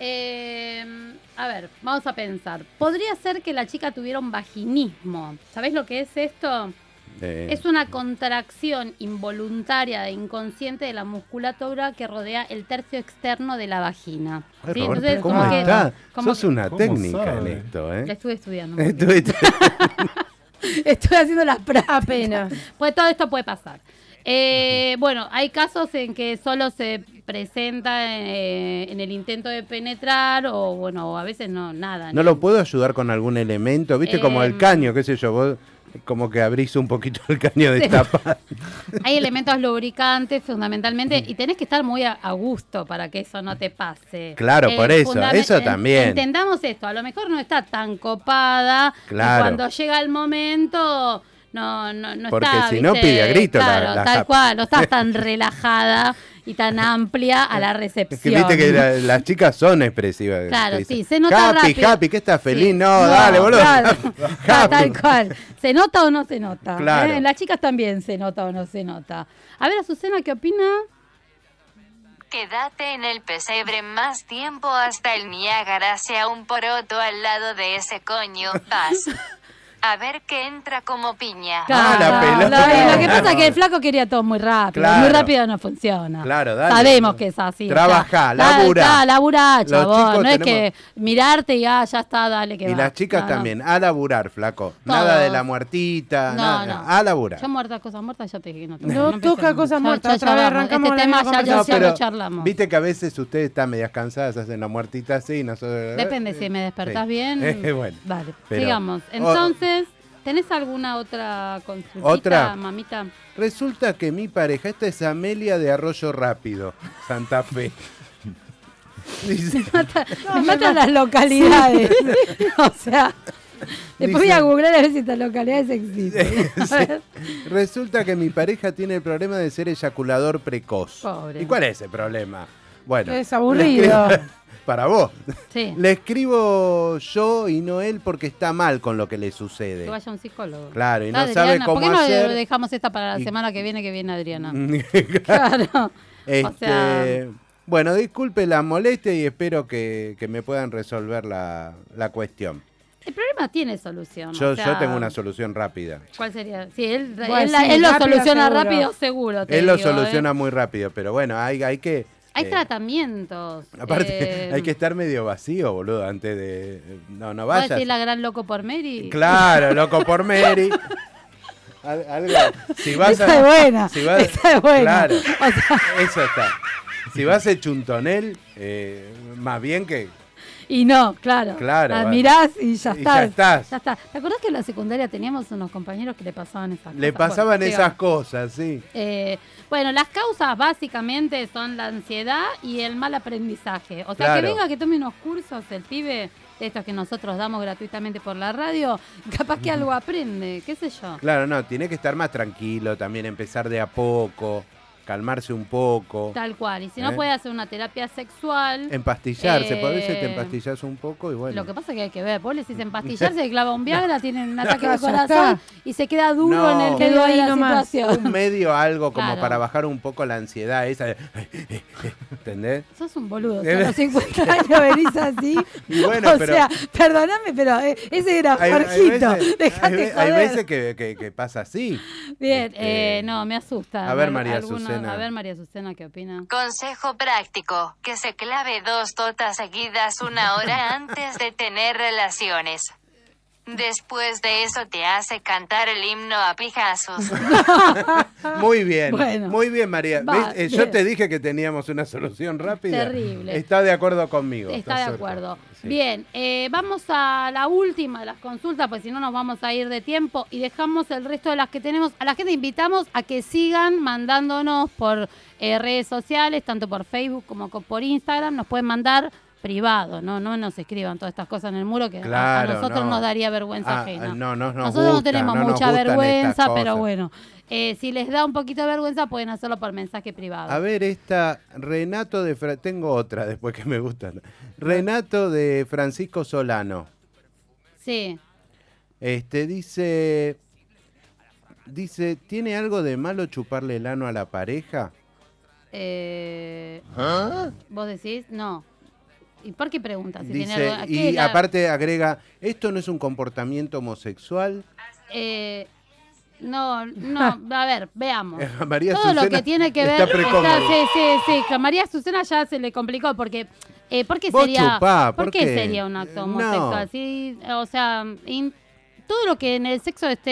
Eh, a ver, vamos a pensar. Podría ser que la chica tuviera un vaginismo. ¿Sabés lo que es esto? Eh, Es una contracción involuntaria e inconsciente de la musculatura que rodea el tercio externo de la vagina. ay, ¿Sí? Roberto, Entonces, ¿cómo como que- está? como Sos que- una ¿Cómo técnica sabe? en esto, La ¿eh? estuve estudiando. Estuviste- Estoy haciendo las prácticas. Apenas. Pues todo esto puede pasar. Eh, bueno, hay casos en que solo se presenta eh, en el intento de penetrar o bueno, o a veces no, nada. ¿No lo puedo ayudar con algún elemento? ¿Viste? como el Em. caño, qué sé yo, vos como que abrís un poquito el caño de tapa. Hay elementos lubricantes fundamentalmente y tenés que estar muy a, a gusto para que eso no te pase. Claro, por eso, fundament- eso en- también. Entendamos esto, a lo mejor no está tan copada y Claro. cuando llega el momento no, no, no Porque está, si no, ¿viste? pide a grito la- Claro, la tal japa. cual, no estás tan relajada y tan amplia a la recepción. Es que viste que la- las chicas son expresivas. Claro, Te dicen, sí, se nota Happy, rápido". happy, que estás feliz. Sí. No, dale, boludo. claro. Happy. Tal cual. ¿Se nota o no se nota? Claro. ¿Eh? Las chicas también se nota o no se nota. A ver, Azucena, ¿qué opina? Quédate en el pesebre más tiempo hasta el Niágara sea un poroto al lado de ese coño. Paz. A ver qué entra como piña. Ah, la pelota. Lo, lo que pasa es que el flaco quería todo muy rápido. Claro. Muy rápido no funciona. Claro, dale. Sabemos que es así. Trabajá, Dale, laburá. ya, laburá, Los chabón. chicos No es tenemos- que mirarte y ah, ya está, dale que Y va. las chicas No, no. también, a laburar, flaco. Nada Todos. de la muertita, No, nada, no. a laburar. Yo muerta, cosas muertas, ya te dije que no toco. No empecemos. toca cosas Ya- muertas, ya- otra ya vez vamos. arrancamos Este la tema misma ya, ya- No, ya conversación. lo charlamos. Viste que a veces ustedes están medias cansadas, hacen la muertita así, nosotros... Depende si me despertás Sí. bien. Eh, bueno. Vale, Pero- sigamos. o- Entonces, ¿tenés alguna otra consultita, ¿Otra? mamita? Resulta que mi pareja, esta es Amelia de Arroyo Rápido, Santa Fe. Dice, Me matan las localidades. o sea, después voy a Dicen- googlear a ver si estas localidades existen. A ver. Resulta que mi pareja tiene el problema de ser eyaculador precoz. Pobre. ¿Y cuál es el problema? Bueno, Es aburrido. le escribo- para vos. Sí, Le escribo yo y no él porque está mal con lo que le sucede. que vaya un psicólogo. Claro, y no Dale, sabe Adriana, cómo ¿Por qué no hacer. le dejamos esta para la Y- Mm. semana que viene que viene Adriana? Claro. Claro. O sea- Este, Bueno, disculpe la molestia y espero que, que me puedan resolver la, la cuestión. El problema tiene solución. Yo, o sea, yo tengo una solución rápida. ¿Cuál sería? Sí, él, Bueno, él la- sí, él lo rápido, soluciona seguro. rápido, seguro. te Él lo digo, ¿eh? soluciona muy rápido, pero bueno, hay, hay que... Hay eh, tratamientos. Aparte, eh, hay que estar medio vacío, boludo, antes de... eh, No, no ¿Puedo vayas. decir la gran loco por Mary? Claro, loco por Mary. Al- algo- Si vas Esa es buena, esa es buena. Claro. O sea- Eso está. Si vas a Chuntonel, eh, más bien que. Y no, claro. Claro, La bueno. mirás y ya Y estás. ya estás. Ya está. ¿Te acordás que en la secundaria teníamos unos compañeros que le pasaban esas cosas? Le pasaban Bueno, esas digamos, cosas, sí. eh, bueno, las causas básicamente son la ansiedad y el mal aprendizaje. O sea, que Claro. venga que tome unos cursos el pibe de estos que nosotros damos gratuitamente por la radio, capaz que algo aprende, qué sé yo. Claro, no, tiene que estar más tranquilo también, empezar de a poco. calmarse un poco, Tal cual. Y si ¿Eh? no puede hacer una terapia sexual. empastillarse, Eh, por veces te empastillas un poco y bueno. Lo que pasa es que hay que ver, vos le decís empastillarse, le clava un Viagra, tiene un ataque Ya de corazón está. y se queda duro No. en el Quedó medio de ahí la nomás. situación. un medio algo como Claro. para bajar un poco la ansiedad esa de- eh, ¿entendés? Sos un boludo, Eh, a los 50 años venís así. Y bueno, o pero sea, perdóname, pero eh, ese era hay, hay Jorgito. veces, hay Dejate ve- hay joder. veces que, que- que pasa así. Bien, Este, eh, no, me asusta. a ver, Al- María algunos- Azucena. A ver, María Azucena, ¿qué opina? Consejo práctico, que se clave dos totas seguidas una hora antes de tener relaciones. Después de eso te hace cantar el himno a pijazos. Muy bien, Ah, Bueno. muy bien, María. Va, ¿Ves? Eh, yo bien. te dije que teníamos una solución rápida. Terrible. Está de acuerdo conmigo. Está de cerca. acuerdo. Sí. Bien, eh, vamos a la última de las consultas, pues si no nos vamos a ir de tiempo y dejamos el resto de las que tenemos. A la gente invitamos a que sigan mandándonos por eh, redes sociales, tanto por Facebook como co- por Instagram. Nos pueden mandar privado, ¿no? No nos escriban todas estas cosas en el muro que a- Claro, a nosotros no. nos daría vergüenza Ah, ajena. no, no nos nosotros no gusta, tenemos no nos mucha gustan vergüenza, estas pero cosas. bueno. eh, si les da un poquito de vergüenza, pueden hacerlo por mensaje privado. A ver, esta, Renato de... Fra- Tengo otra después que me gustan. Renato de Francisco Solano. Sí. Este dice dice, ¿tiene algo de malo chuparle el ano a la pareja? Eh, ¿Ah? ¿Vos decís? No. ¿Y por qué preguntas? Ah, Si tiene dice algo- ¿a qué y la- aparte agrega, esto no es un comportamiento homosexual. eh, no, no, a ver, veamos. María Ah. Todo lo Azucena que tiene que ver. está precómoda. sí, sí, sí. que A María Susana ya se le complicó porque. eh, ¿Por qué Vos sería, chupá, ¿por ¿por qué qué? sería un acto Eh, homosexual? no. Sí, o sea, in- todo lo que en el sexo esté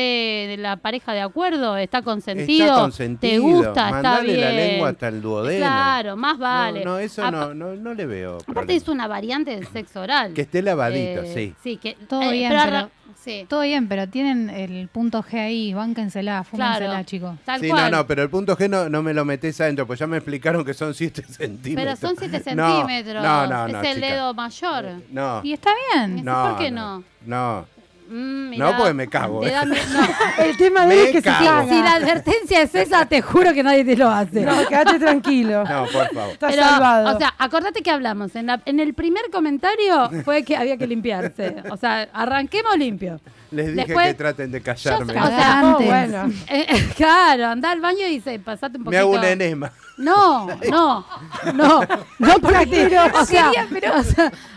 de la pareja de acuerdo está consentido, está consentido. te gusta, está Mandale bien. la lengua hasta el duodeno. Claro, más vale. No, no, eso Apa- no, no, no le veo. Aparte problema. es una variante del sexo oral. Que esté lavadito, Eh, sí. Sí, que Todo bien, arra- pero- sí, Todo bien, pero tienen el punto G ahí, bánquensela, fúmensela, Claro. chicos. tal Sí, cual. no, no, pero el punto G no, no me lo metes adentro, pues ya me explicaron que son 7 pero centímetros. son 7 No, centímetros. No, no, no, es el chica. Eh, dedo mayor. No, Y está bien. No. ¿por qué no? No. Mm, mirá, No, porque me cago, te eh. da mi- no. El tema de él Me es que cago. se caga. Si, si la advertencia es esa, te juro que nadie te lo hace. No, quédate tranquilo. No, por favor. Está Pero, salvado. O sea, acordate que hablamos. En, la- en el primer comentario fue que había que limpiarse. O sea, arranquemos limpio. Les dije Después- que traten de callarme. Yo- o sea, Oh, Antes. bueno. Eh, eh, claro, andá al baño y se, pasate un me poquito. hago un enema. No, no, no, no porque o sea, o, sea,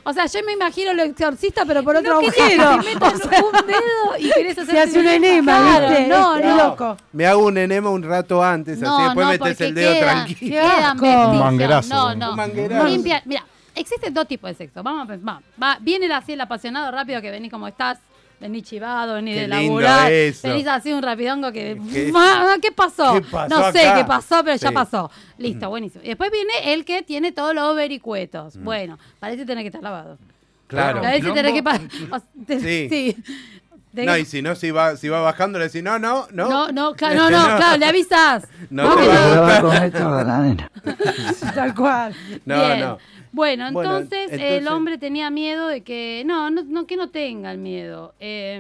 o sea, yo me imagino lo exorcista, pero por otro agujero. Te metan un dedo y querés hacer Se hace un enema, Claro, ¿viste? No, Es Este, no. loco. Me hago un enema un rato antes, así No, después no, metes porque el dedo quedan- tranquilo. quedan asco. vestigios. Un manguerazo. No, no. Un manguerazo. Limpia- mira, existen dos tipos de sexo. Vamos a pensar. Va, viene el así el apasionado rápido que venís como estás. Venís chivado, venís Qué de lindo laburar. eso. Venís así un rapidongo que. ¿Qué? Ma- ¿Qué pasó? ¿Qué pasó no sé acá? qué pasó, pero ya Sí. Mm. pasó. Listo, buenísimo. Y después viene el que tiene todos los vericuetos. Bueno, parece tener que estar lavado. Claro. Parece tener que. pa- o- te- Sí. sí. De- No, y si no, si va, si va bajando, le decís, no, no, no. no, no, claro, no, no, claro, le avisas. No te va a gustar. Tal cual. No, Bien. no. Bueno, Bueno, entonces, el entonces- hombre tenía miedo de que. No, no, no, que no tenga el miedo. Eh,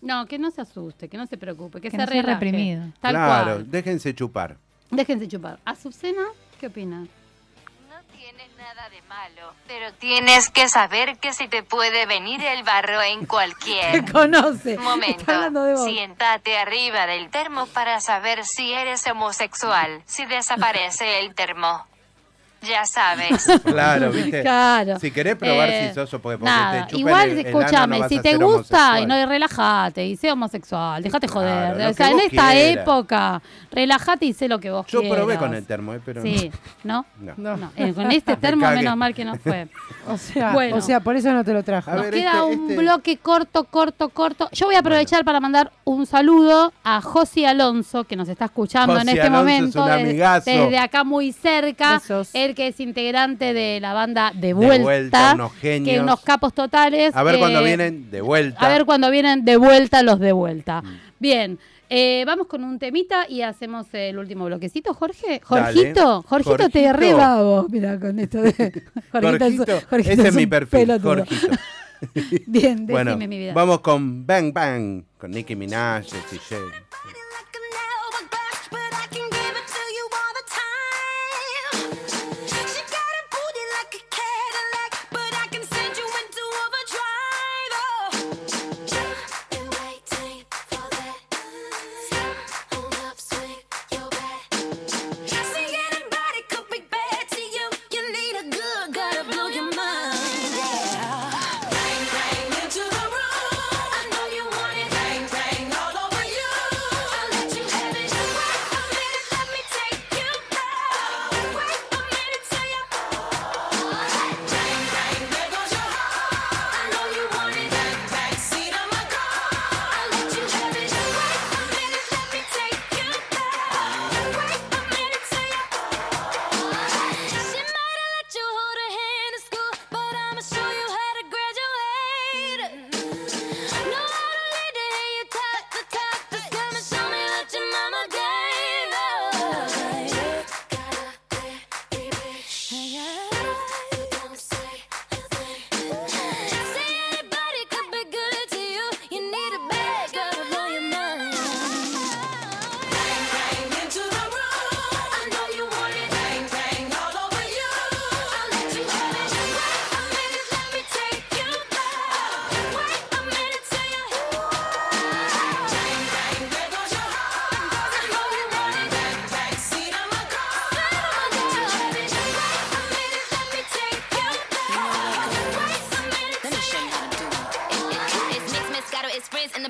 no, que no se asuste, que no se preocupe, que, Que se no sea relaje. reprimido. Tal claro, cual. déjense chupar. Déjense chupar. Azucena, ¿qué opina? No tiene nada de malo, pero tienes que saber que se te puede venir el barro en cualquier Te conoce. momento. Está hablando de vos. Siéntate arriba del termo para saber si eres homosexual, si desaparece el termo. Ya sabes. Claro, ¿viste? Claro. Si querés probar Eh, si sos, porque porque Nada, te chupan igual el- el ano, escúchame, no vas si a te ser gusta y homosexual. no y relájate y sé homosexual, déjate Claro, joder. lo o sea, que en vos esta quieras. época, relájate y sé lo que vos Yo quieras. probé con el termo, eh, pero Sí, ¿no. no. No, eh, con este termo cagué. menos mal que no fue. O sea, Bueno. o sea, por eso no te lo trajo. A Nos ver, queda este- un este- bloque corto, corto, corto. Yo voy a aprovechar para mandar un saludo a José Alonso, que nos está escuchando en José este Alonso es momento. un de- amigazo. desde acá muy cerca. Besos. Él que es integrante de la banda De Vuelta. vuelta, unos Que genios. unos capos totales. A ver cuando eh, vienen de vuelta. A ver cuando vienen de vuelta los de vuelta. Mm. Bien. eh, vamos con un temita y hacemos el último bloquecito, Dale. Jorge. Jorgito, Jorgito, te Jorgito. reba vos. Mira, con esto de. Jorgito es- Jorgito, Jorgito ese es un mi perfil, pelotudo. Jorgito. Bien, decime bueno, mi vida. vamos con Bang Bang, con Nicki Minaj, y J. Like an hourglass, but I can give it to you all the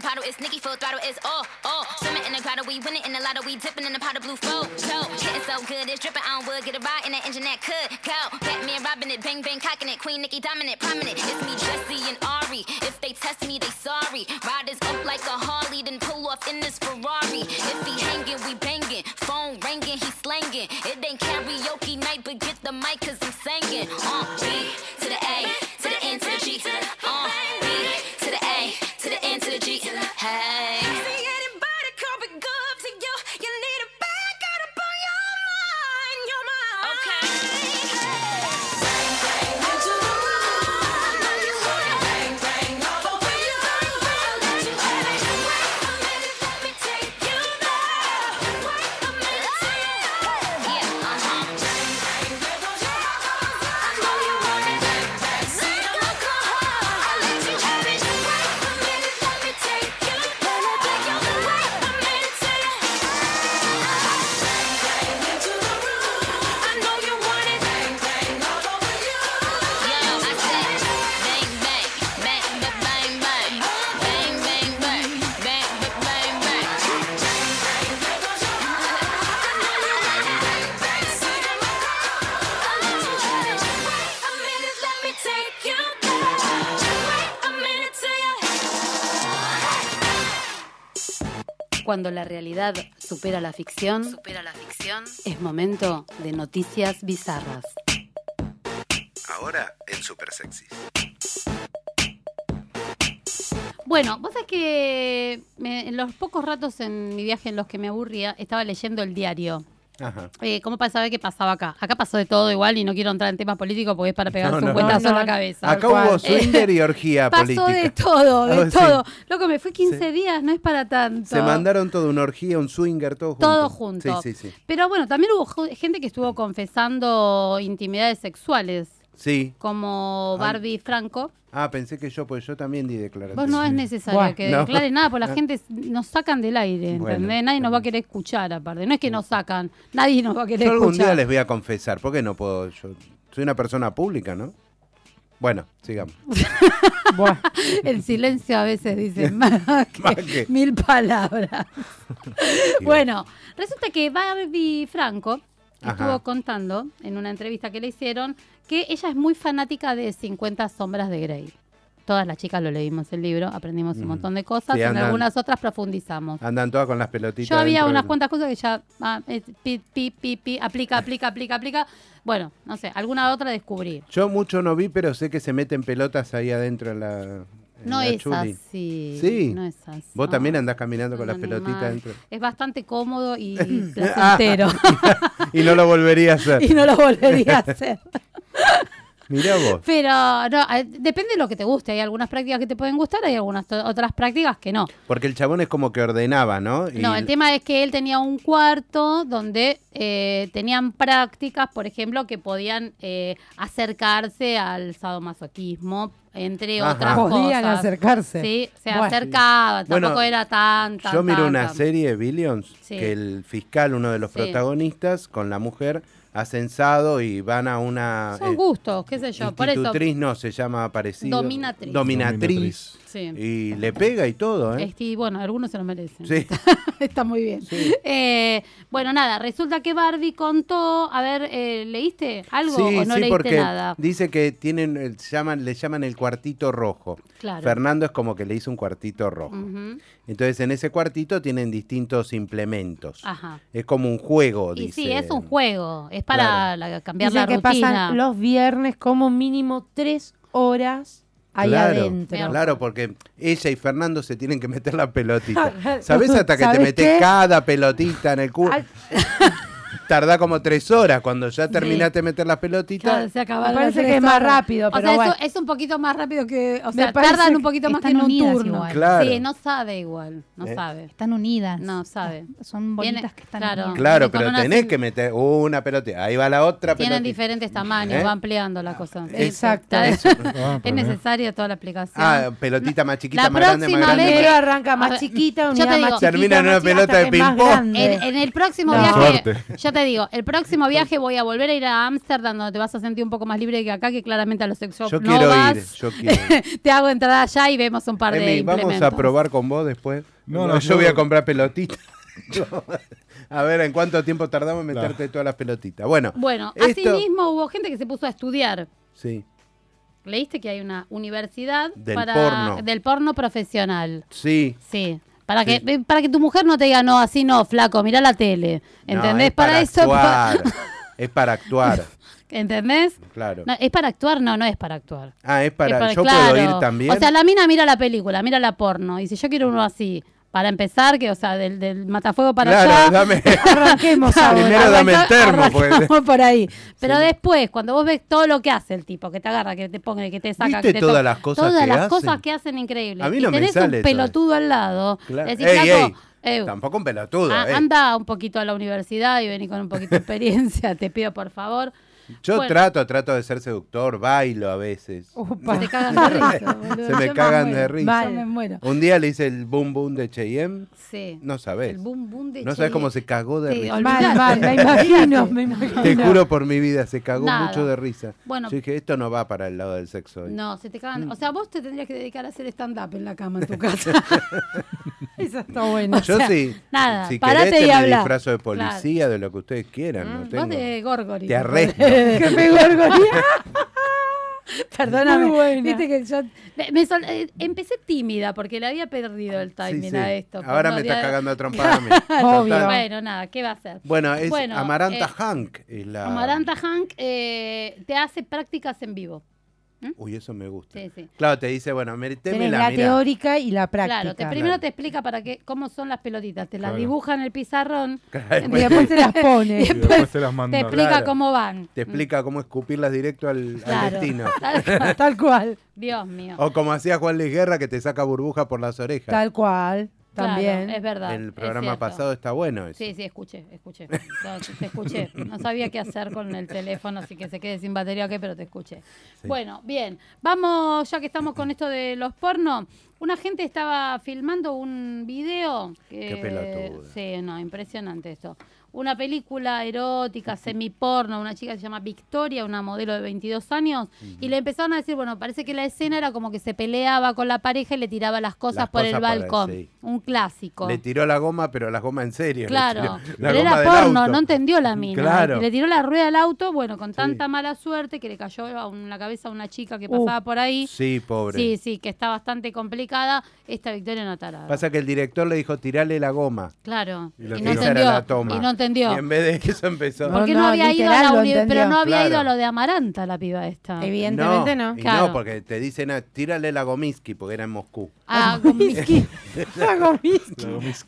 bottle, it's Nicky full throttle, it's all, all. Swimming in the grotto, we winning in the lotto, we dipping in the pot of blue flow. So, getting so good, it's dripping on wood, get a ride in that engine that could go. Batman robbing it, bang bang cocking it, Queen Nikki dominant, prominent. It's me, Jesse and Ari. If they test me, they sorry. Riders up like a Harley, then pull off in this Ferrari. If he hanging, we banging. Phone ringing, he slanging. It ain't karaoke night, but get the mic, cause I'm singing. Uh, B to the A, to the N to the G. Uh, B to the A, to the N to the G. Hey. Cuando la realidad supera la ficción, supera la ficción, es momento de noticias bizarras. Ahora en Super Sexy. Bueno, vos sabés que me- en los pocos ratos en mi viaje en los que me aburría, estaba leyendo el diario. Ajá. Eh, ¿Cómo pasaba qué pasaba acá? Acá pasó de todo igual y no quiero entrar en temas políticos porque es para pegarse No, un no. cuentazo No, en no. la cabeza. Tal Acá cual. hubo swinger y orgía Pasó política. de todo, de Ah, sí. todo. Loco, me fui 15 días, no es para tanto. Se mandaron todo, una orgía, un swinger, todo junto. Todo junto. Sí, sí, sí. Pero bueno, también hubo ju- gente que estuvo confesando intimidades sexuales, Sí. como Ay. Barbie Franco. Ah, pensé que yo, pues yo también di declaración. Vos no es necesario Buah. que No. declares nada, porque la No. gente s- nos sacan del aire, ¿entendés? Bueno. nadie nos va a querer escuchar, aparte. No es que nos sacan, nadie nos va a querer Yo algún día escuchar. les voy a confesar, porque no puedo. Yo soy una persona pública, ¿no? Bueno, sigamos. Uh. Buah. El silencio a veces dice más que Más que- mil palabras. bueno, resulta que Barbie Franco Ajá. estuvo contando en una entrevista que le hicieron que ella es muy fanática de 50 sombras de Grey. Todas las chicas lo leímos el libro, aprendimos un Mm. montón de cosas, Sí, en andan- algunas otras profundizamos. Andan todas con las pelotitas. Yo había dentro unas del- cuantas cosas que ya ah, es pi, pi, pi, pi, aplica, aplica, aplica, aplica. Bueno, no sé, alguna otra descubrí. Yo mucho no vi, pero sé que se meten pelotas ahí adentro en la. en No la es chuli. así. Sí. No es así. Vos también andás caminando con No, las no, pelotitas mal. dentro. Es bastante cómodo y Ah. placentero. Y no lo volvería a hacer. y no lo volvería a hacer. Mirá vos. Pero no, eh, depende de lo que te guste. Hay algunas prácticas que te pueden gustar, hay algunas to- otras prácticas que no. Porque el chabón es como que ordenaba, ¿no? Y- No, el tema es que él tenía un cuarto donde eh, tenían prácticas, por ejemplo, que podían eh, acercarse al sadomasoquismo, entre Ajá. otras Podían cosas. acercarse. Sí, se Bueno. acercaban, Bueno, tampoco era tan, tan, Yo miro tan, una tan. serie, Billions, Sí. que el fiscal, uno de los Sí. protagonistas, con la mujer, ha censado y van a una... Son eh, gustos, qué sé yo. Por eso, institutriz, no, se llama parecido. Dominatriz. Dominatriz. sí. Y le pega y todo, ¿eh? Este, y bueno, algunos se lo merecen. Sí. Está muy bien. Eh, bueno, nada, resulta que Barbie contó, a ver, eh, ¿leíste algo sí, o no sí, leíste porque nada? dice que tienen, el- llaman, le llaman el cuartito rojo. Claro. Mm. Fernando es como que le hizo un cuartito rojo. Ujú, Entonces, en ese cuartito tienen distintos implementos. Ajá. Es como un juego, Y dice. sí, es un juego, es para Claro. la- cambiar Dicen la que rutina. pasan los viernes como mínimo tres horas ahí claro, adentro. Claro, porque ella y Fernando se tienen que meter la pelotita. Claro. ¿Sabés hasta que te ¿Sabés metes qué? cada pelotita en el culo? Al- Tardá como tres horas cuando ya terminaste de meter las Claro, pelotitas. se acabaron Me parece las que tres es más horas. rápido, O pero sea, eso bueno. es un poquito más rápido que, o Me sea, parece tardan un que poquito más que en están un unidas turno. igual. Claro. Sí, no sabe igual, no ¿Eh? sabe. Están unidas. No, sabe. Son bolitas Viene- que están claro. unidas. Claro, Y con pero una tenés sin- que meter una pelotita. Ahí va la otra Tienen pelotita. diferentes tamaños, ¿Eh? va ampliando la cosa. Sí, Exacto. está- Eso. Ah, es pero mira. necesaria toda la aplicación. Ah, pelotita más chiquita, La más grande, más próxima grande. vez Primero más grande. arranca A ver, más chiquita, yo unidad te más digo- chiquita, Termina en más una chiquita, pelota hasta de que es más ping-pong. grande. En, en el próximo No. viaje, Suerte. yo te digo, el próximo viaje voy a volver a ir a Ámsterdam, donde te vas a sentir un poco más libre que acá, que claramente a los sex shops Yo no quiero vas. ir, yo quiero te hago entrada allá y vemos un par de Emi, vamos a implementos. probar con vos después. No, No, no, yo voy yo- a comprar pelotitas. a ver, ¿en cuánto tiempo tardamos en meterte todas las pelotitas? Bueno, Bueno, esto- asimismo hubo gente que se puso a estudiar. Sí, Leíste que hay una universidad Del para- porno. del porno profesional. sí. Sí. Para que, eh, para que tu mujer no te diga, no, así no, flaco, mirá la tele. No, ¿Entendés? es para, eso. actuar. es para actuar, ¿Entendés? claro. No, es para actuar, no, no es para actuar. ah, es Es para... para- yo claro. puedo ir también. O sea, la mina mira la película, mira la porno. Y si yo quiero uno así, para empezar, que, o sea, del, del matafuego para claro, allá. dame... Arranquemos ahora. Primero dame el termo. arrancamos porque- por ahí. Pero después, cuando vos ves todo lo que hace el tipo, que te agarra, que te pone, que te saca, ¿Viste que te todas toca, las cosas todas que las hacen? cosas que hacen increíbles. A mí no y me tenés sale un todo pelotudo al lado. Claro. Decís, Ey, "Flaco, ey, eh, Tampoco un pelotudo, a- eh. anda un poquito a la universidad y vení con un poquito de experiencia, te pido por favor. Yo Bueno. trato, trato de ser seductor, bailo a veces. Upa. Te cagan de risa, boludo. Se me cagan de risa. Yo me muero. Un día le hice el boom boom de Cheyenne. Sí. No sabés. El boom boom de no sabes cómo se cagó de Sí, risa. olvidate. Mal, mal, me imagino, me imagino. Te juro por mi vida, se cagó Nada. mucho de risa. Bueno. Yo dije, esto no va para el lado del sexo hoy. No, se te Mm. cagan. O sea, vos te tendrías que dedicar a hacer stand-up en la cama en tu casa. Eso está bueno. Yo o sea, sí. nada, si parate querés, te y me habla. Mm, disfrazo de policía, de lo que ustedes quieran. no tengo- Vos de Gorgori. Te arresto. Que me gorgoría. Perdóname. Muy buena. Viste que yo me- me sol- eh, empecé tímida porque le había perdido el timing Sí, sí. a esto. Ahora Cuando me está había- cagando a trompada a mí. Obvio. Total. Bueno, nada, ¿qué va a hacer? Bueno, es Bueno, Amaranta eh, Hank. es la- Amaranta Hank eh, te hace prácticas en vivo. Uy, eso me gusta. Sí, sí. Claro, te dice, bueno, meteme Tenés la teórica y la práctica. Claro, te, primero te explica para qué, cómo son las pelotitas. Te las Claro. dibuja en el pizarrón, Y después te las pones. Y después te las te mandan. explica Claro. cómo van. Te explica cómo escupirlas directo al, al Mm. Claro. destino. Tal cual. Tal cual. Dios mío. O como hacía Juan Luis Guerra, que te saca burbuja por las orejas. Tal cual. Claro, También. es verdad. el es programa cierto. pasado está bueno. Eso. Sí, sí, escuché, escuché. No, te te escuché. No sabía qué hacer con el teléfono, así que se quede sin batería, ok, pero te escuché. Bueno, bien. Vamos, ya que estamos con esto de los pornos. Una gente estaba filmando un video. que- Qué pelotuda. Sí, no, impresionante esto. Una película erótica, semiporno, una chica que se llama Victoria, una modelo de 22 años, y le empezaron a decir, bueno, parece que la escena era como que se peleaba con la pareja y le tiraba las cosas Las por cosas el por el- balcón. sí. Un clásico. Le tiró la goma, pero la goma en serio. le Claro, tiró. La pero goma era del porno, auto. no entendió la mina. ¿eh? Claro. Le tiró la rueda al auto, bueno, con tanta mala suerte que le cayó a un- la cabeza a una chica que pasaba por ahí. Sí, pobre. Sí, sí, que está bastante complicada. Esta victoria no tarada. Pasa que el director le dijo, tirale la goma. Claro, y, Y la no tiró. Esa era entendió. la toma. Y no entendió. Y en vez de eso empezó. No, Porque no, había ido a literal la lo uni- pero entendió. no había ido a Claro. lo de Amaranta la piba esta. Evidentemente no. Y Claro. no, porque te dicen, ah, tírale la gomiski, porque era en Moscú. Ah, con Miski, Hago mis-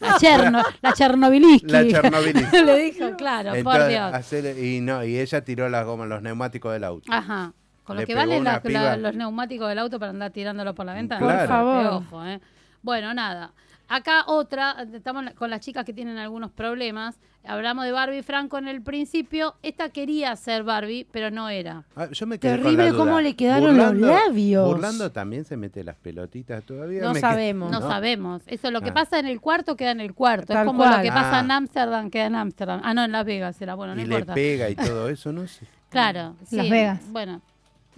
la, Cherno, la Chernobyliski. La Chernobylis. Le dijo, claro, por Entonces, Dios. hacer- y no, y ella tiró las gomas, los neumáticos del auto. Ajá. Con lo Le que pegó valen una la- piba. la- los neumáticos del auto para andar tirándolo por la ventana. Por Claro. favor. Qué ojo, ¿eh? Bueno, nada. Acá otra, estamos con las chicas que tienen algunos problemas. Hablamos de Barbie Franco en el principio. Esta quería ser Barbie, pero no era. Ah, yo me quedé con Terrible la duda. cómo le quedaron los labios. Burlando también se mete las pelotitas todavía. No me qued- sabemos. No, sabemos. Eso, lo que Ah. pasa en el cuarto queda en el cuarto. es Tal como lo cual. que pasa Ah. en Ámsterdam queda en Ámsterdam. Ah, no, en Las Vegas era. Bueno, no y le importa. pega y todo eso, no sé. Claro. sí, Las Vegas. Bueno.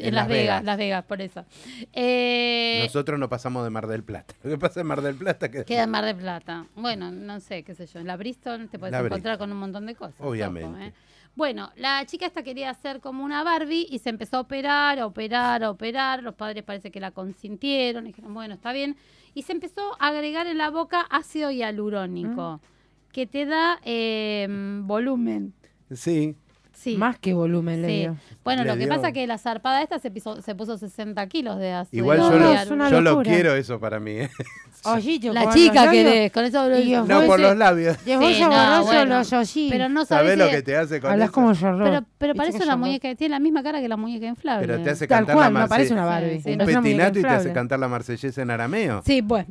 En, En Las, Las Vegas, Vegas. Las Vegas, por eso. Eh, Nosotros no pasamos de Mar del Plata. Lo que pasa en Mar del Plata que... Queda en Mar de Plata. Bueno, no sé, qué sé yo. En la Bristol te puedes La encontrar Bristol. con un montón de cosas. Obviamente. ojo, ¿eh? Bueno, la chica esta quería hacer como una Barbie y se empezó a operar, a operar, a operar. Los padres parece que la consintieron. Dijeron, bueno, está bien. Y se empezó a agregar en la boca ácido hialurónico, Mm. que te da eh, volumen. Sí, Sí. Más que volumen le sí. dio. Bueno, Le lo que dio- pasa es que la zarpada esta se, pisó- se puso 60 kilos de ácido igual No, yo, no, lo, es una yo lo locura. quiero eso para mí. ¿eh? Ojito, La con chica los labios. querés, con eso Y os No voy por a- los labios. Y os voy Sí, a no, borrar yo bueno. los ojitos. Pero no sabés ¿Sabés lo si- que te hace con Hablas eso? como yo, Pero, pero Viste parece que una yo no- muñeca, tiene la misma cara que la muñeca inflable. Pero te hace Tal cantar cual, la no parece una marsellesa. Barbie. Sí, sí. Un parece una muñeca petinato y te hace inflable. cantar la marsellesa en arameo. Sí, bueno.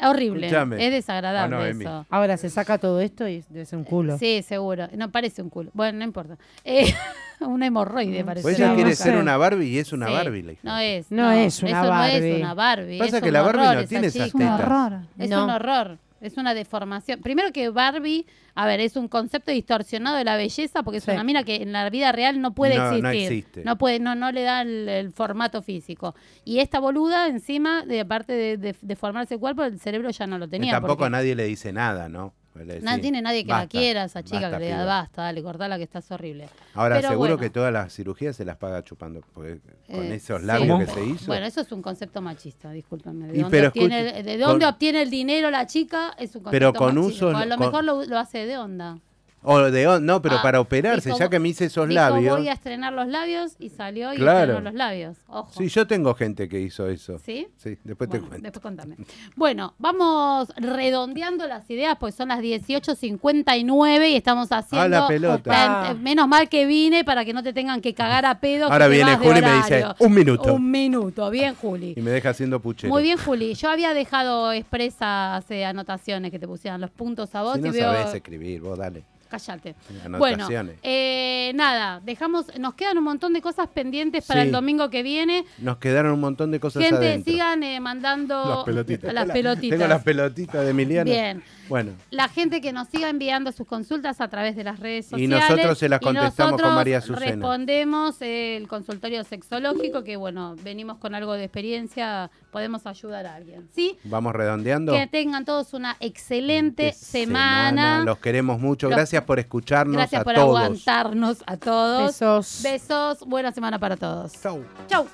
Horrible. Escuchame. Es desagradable Ah, no, Emi. eso. Ahora se saca todo esto y debe ser un culo. Sí, seguro. No parece un culo. Bueno, no importa. Eh, una hemorroide parece. Pues Sí, ella no quiere sé. ser una Barbie y es una Sí, Barbie. la hija. No eh, es. No es una Eso no Barbie. es una Barbie. Pasa es que un la Barbie horror no esa tiene esas Es un chica. tetas. horror. Es No. un horror. Es una deformación. Primero que Barbie, a ver, es un concepto distorsionado de la belleza porque es una mina que en la vida real no puede No, existir. no existe. No puede, no, no le da el, el formato físico. Y esta boluda, encima, de aparte de, de- deformarse el cuerpo, el cerebro ya no lo Que tenía. tampoco porque- nadie le dice nada, ¿no? Le no decís, tiene nadie que la "Basta, quiera, esa chica basta, que le da piba". basta, dale, cortala que estás horrible. Ahora, Pero seguro bueno, que todas las cirugías se las paga chupando. Porque con eh, esos sí. labios que se hizo. Bueno, eso es un concepto machista, discúlpame. ¿De Y dónde, pero obtiene, escuche, el- de dónde con- obtiene el dinero la chica? Es un concepto Pero con machista. usos- A lo con- mejor lo, lo hace de onda. O de, on- no, pero Ah, para operarse, dijo, ya que me hice esos Dijo, labios. voy a estrenar los labios y salió y Claro. estrenó los labios. Ojo. Sí, yo tengo gente que hizo eso. ¿Sí? después Bueno, te cuento. Después contame. Bueno, vamos redondeando las ideas, pues son las 18.59 y estamos haciendo. Ah, la pelota. la ent- menos mal que vine para que no te tengan que cagar a pedo. Ahora viene Juli Julio y me dice, un minuto. Un minuto, bien, Juli. Y me deja haciendo puchero. Muy bien, Juli. Yo había dejado expresas eh, anotaciones que te pusieran los puntos a vos Si y no veo. sabés escribir, vos dale. Cállate. Bueno, Anotaciones. eh, nada, dejamos, nos quedan un montón de cosas pendientes para Sí. el domingo que viene. Nos quedaron un montón de cosas Gente, adentro. sigan eh, mandando Las pelotitas. las pelotitas. Tengo las pelotitas de Emiliano. Bien. Bueno, La gente que nos siga enviando sus consultas a través de las redes Y sociales. nosotros se las Y contestamos con nosotros María Azucena. Respondemos eh, el consultorio sexológico, que bueno, venimos con algo de experiencia, podemos ayudar a alguien. ¿Sí? vamos redondeando. Que tengan todos una excelente semana. Semana, Los queremos mucho. Los- Gracias por escucharnos Gracias a por todos. aguantarnos a todos. Besos. Besos. Buena semana para todos. Chau. Chau.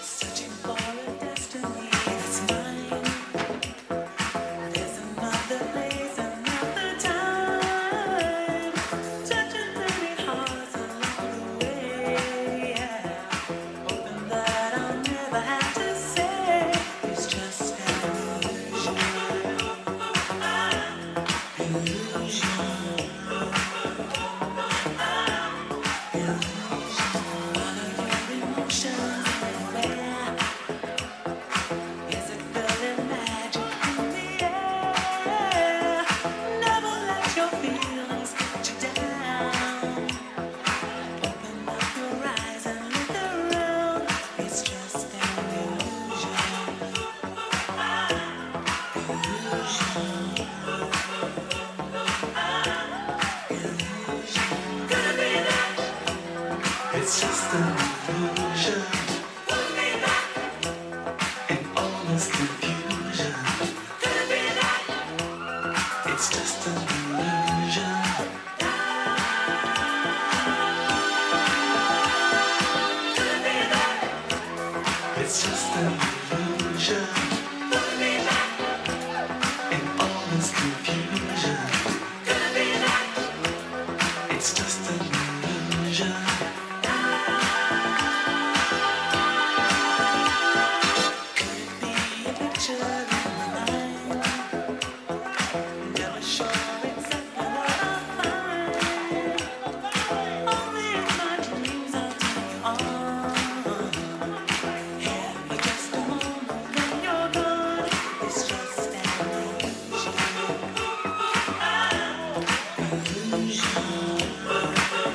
Searching for a destiny that's mine. There's another place, another time. Touching many hearts along the way. Hoping that I'll never have to say it's just an illusion. Illusion. It's just an illusion. And all this confusion. It's just an illusion. It's just an illusion. And all this confusion. It's just an illusion. Could it be a picture in my mind? Never sure exactly what I'll find. Only in my dreams I'll take you on. Here for just a moment, then you're gone. It's just an illusion. Illusion.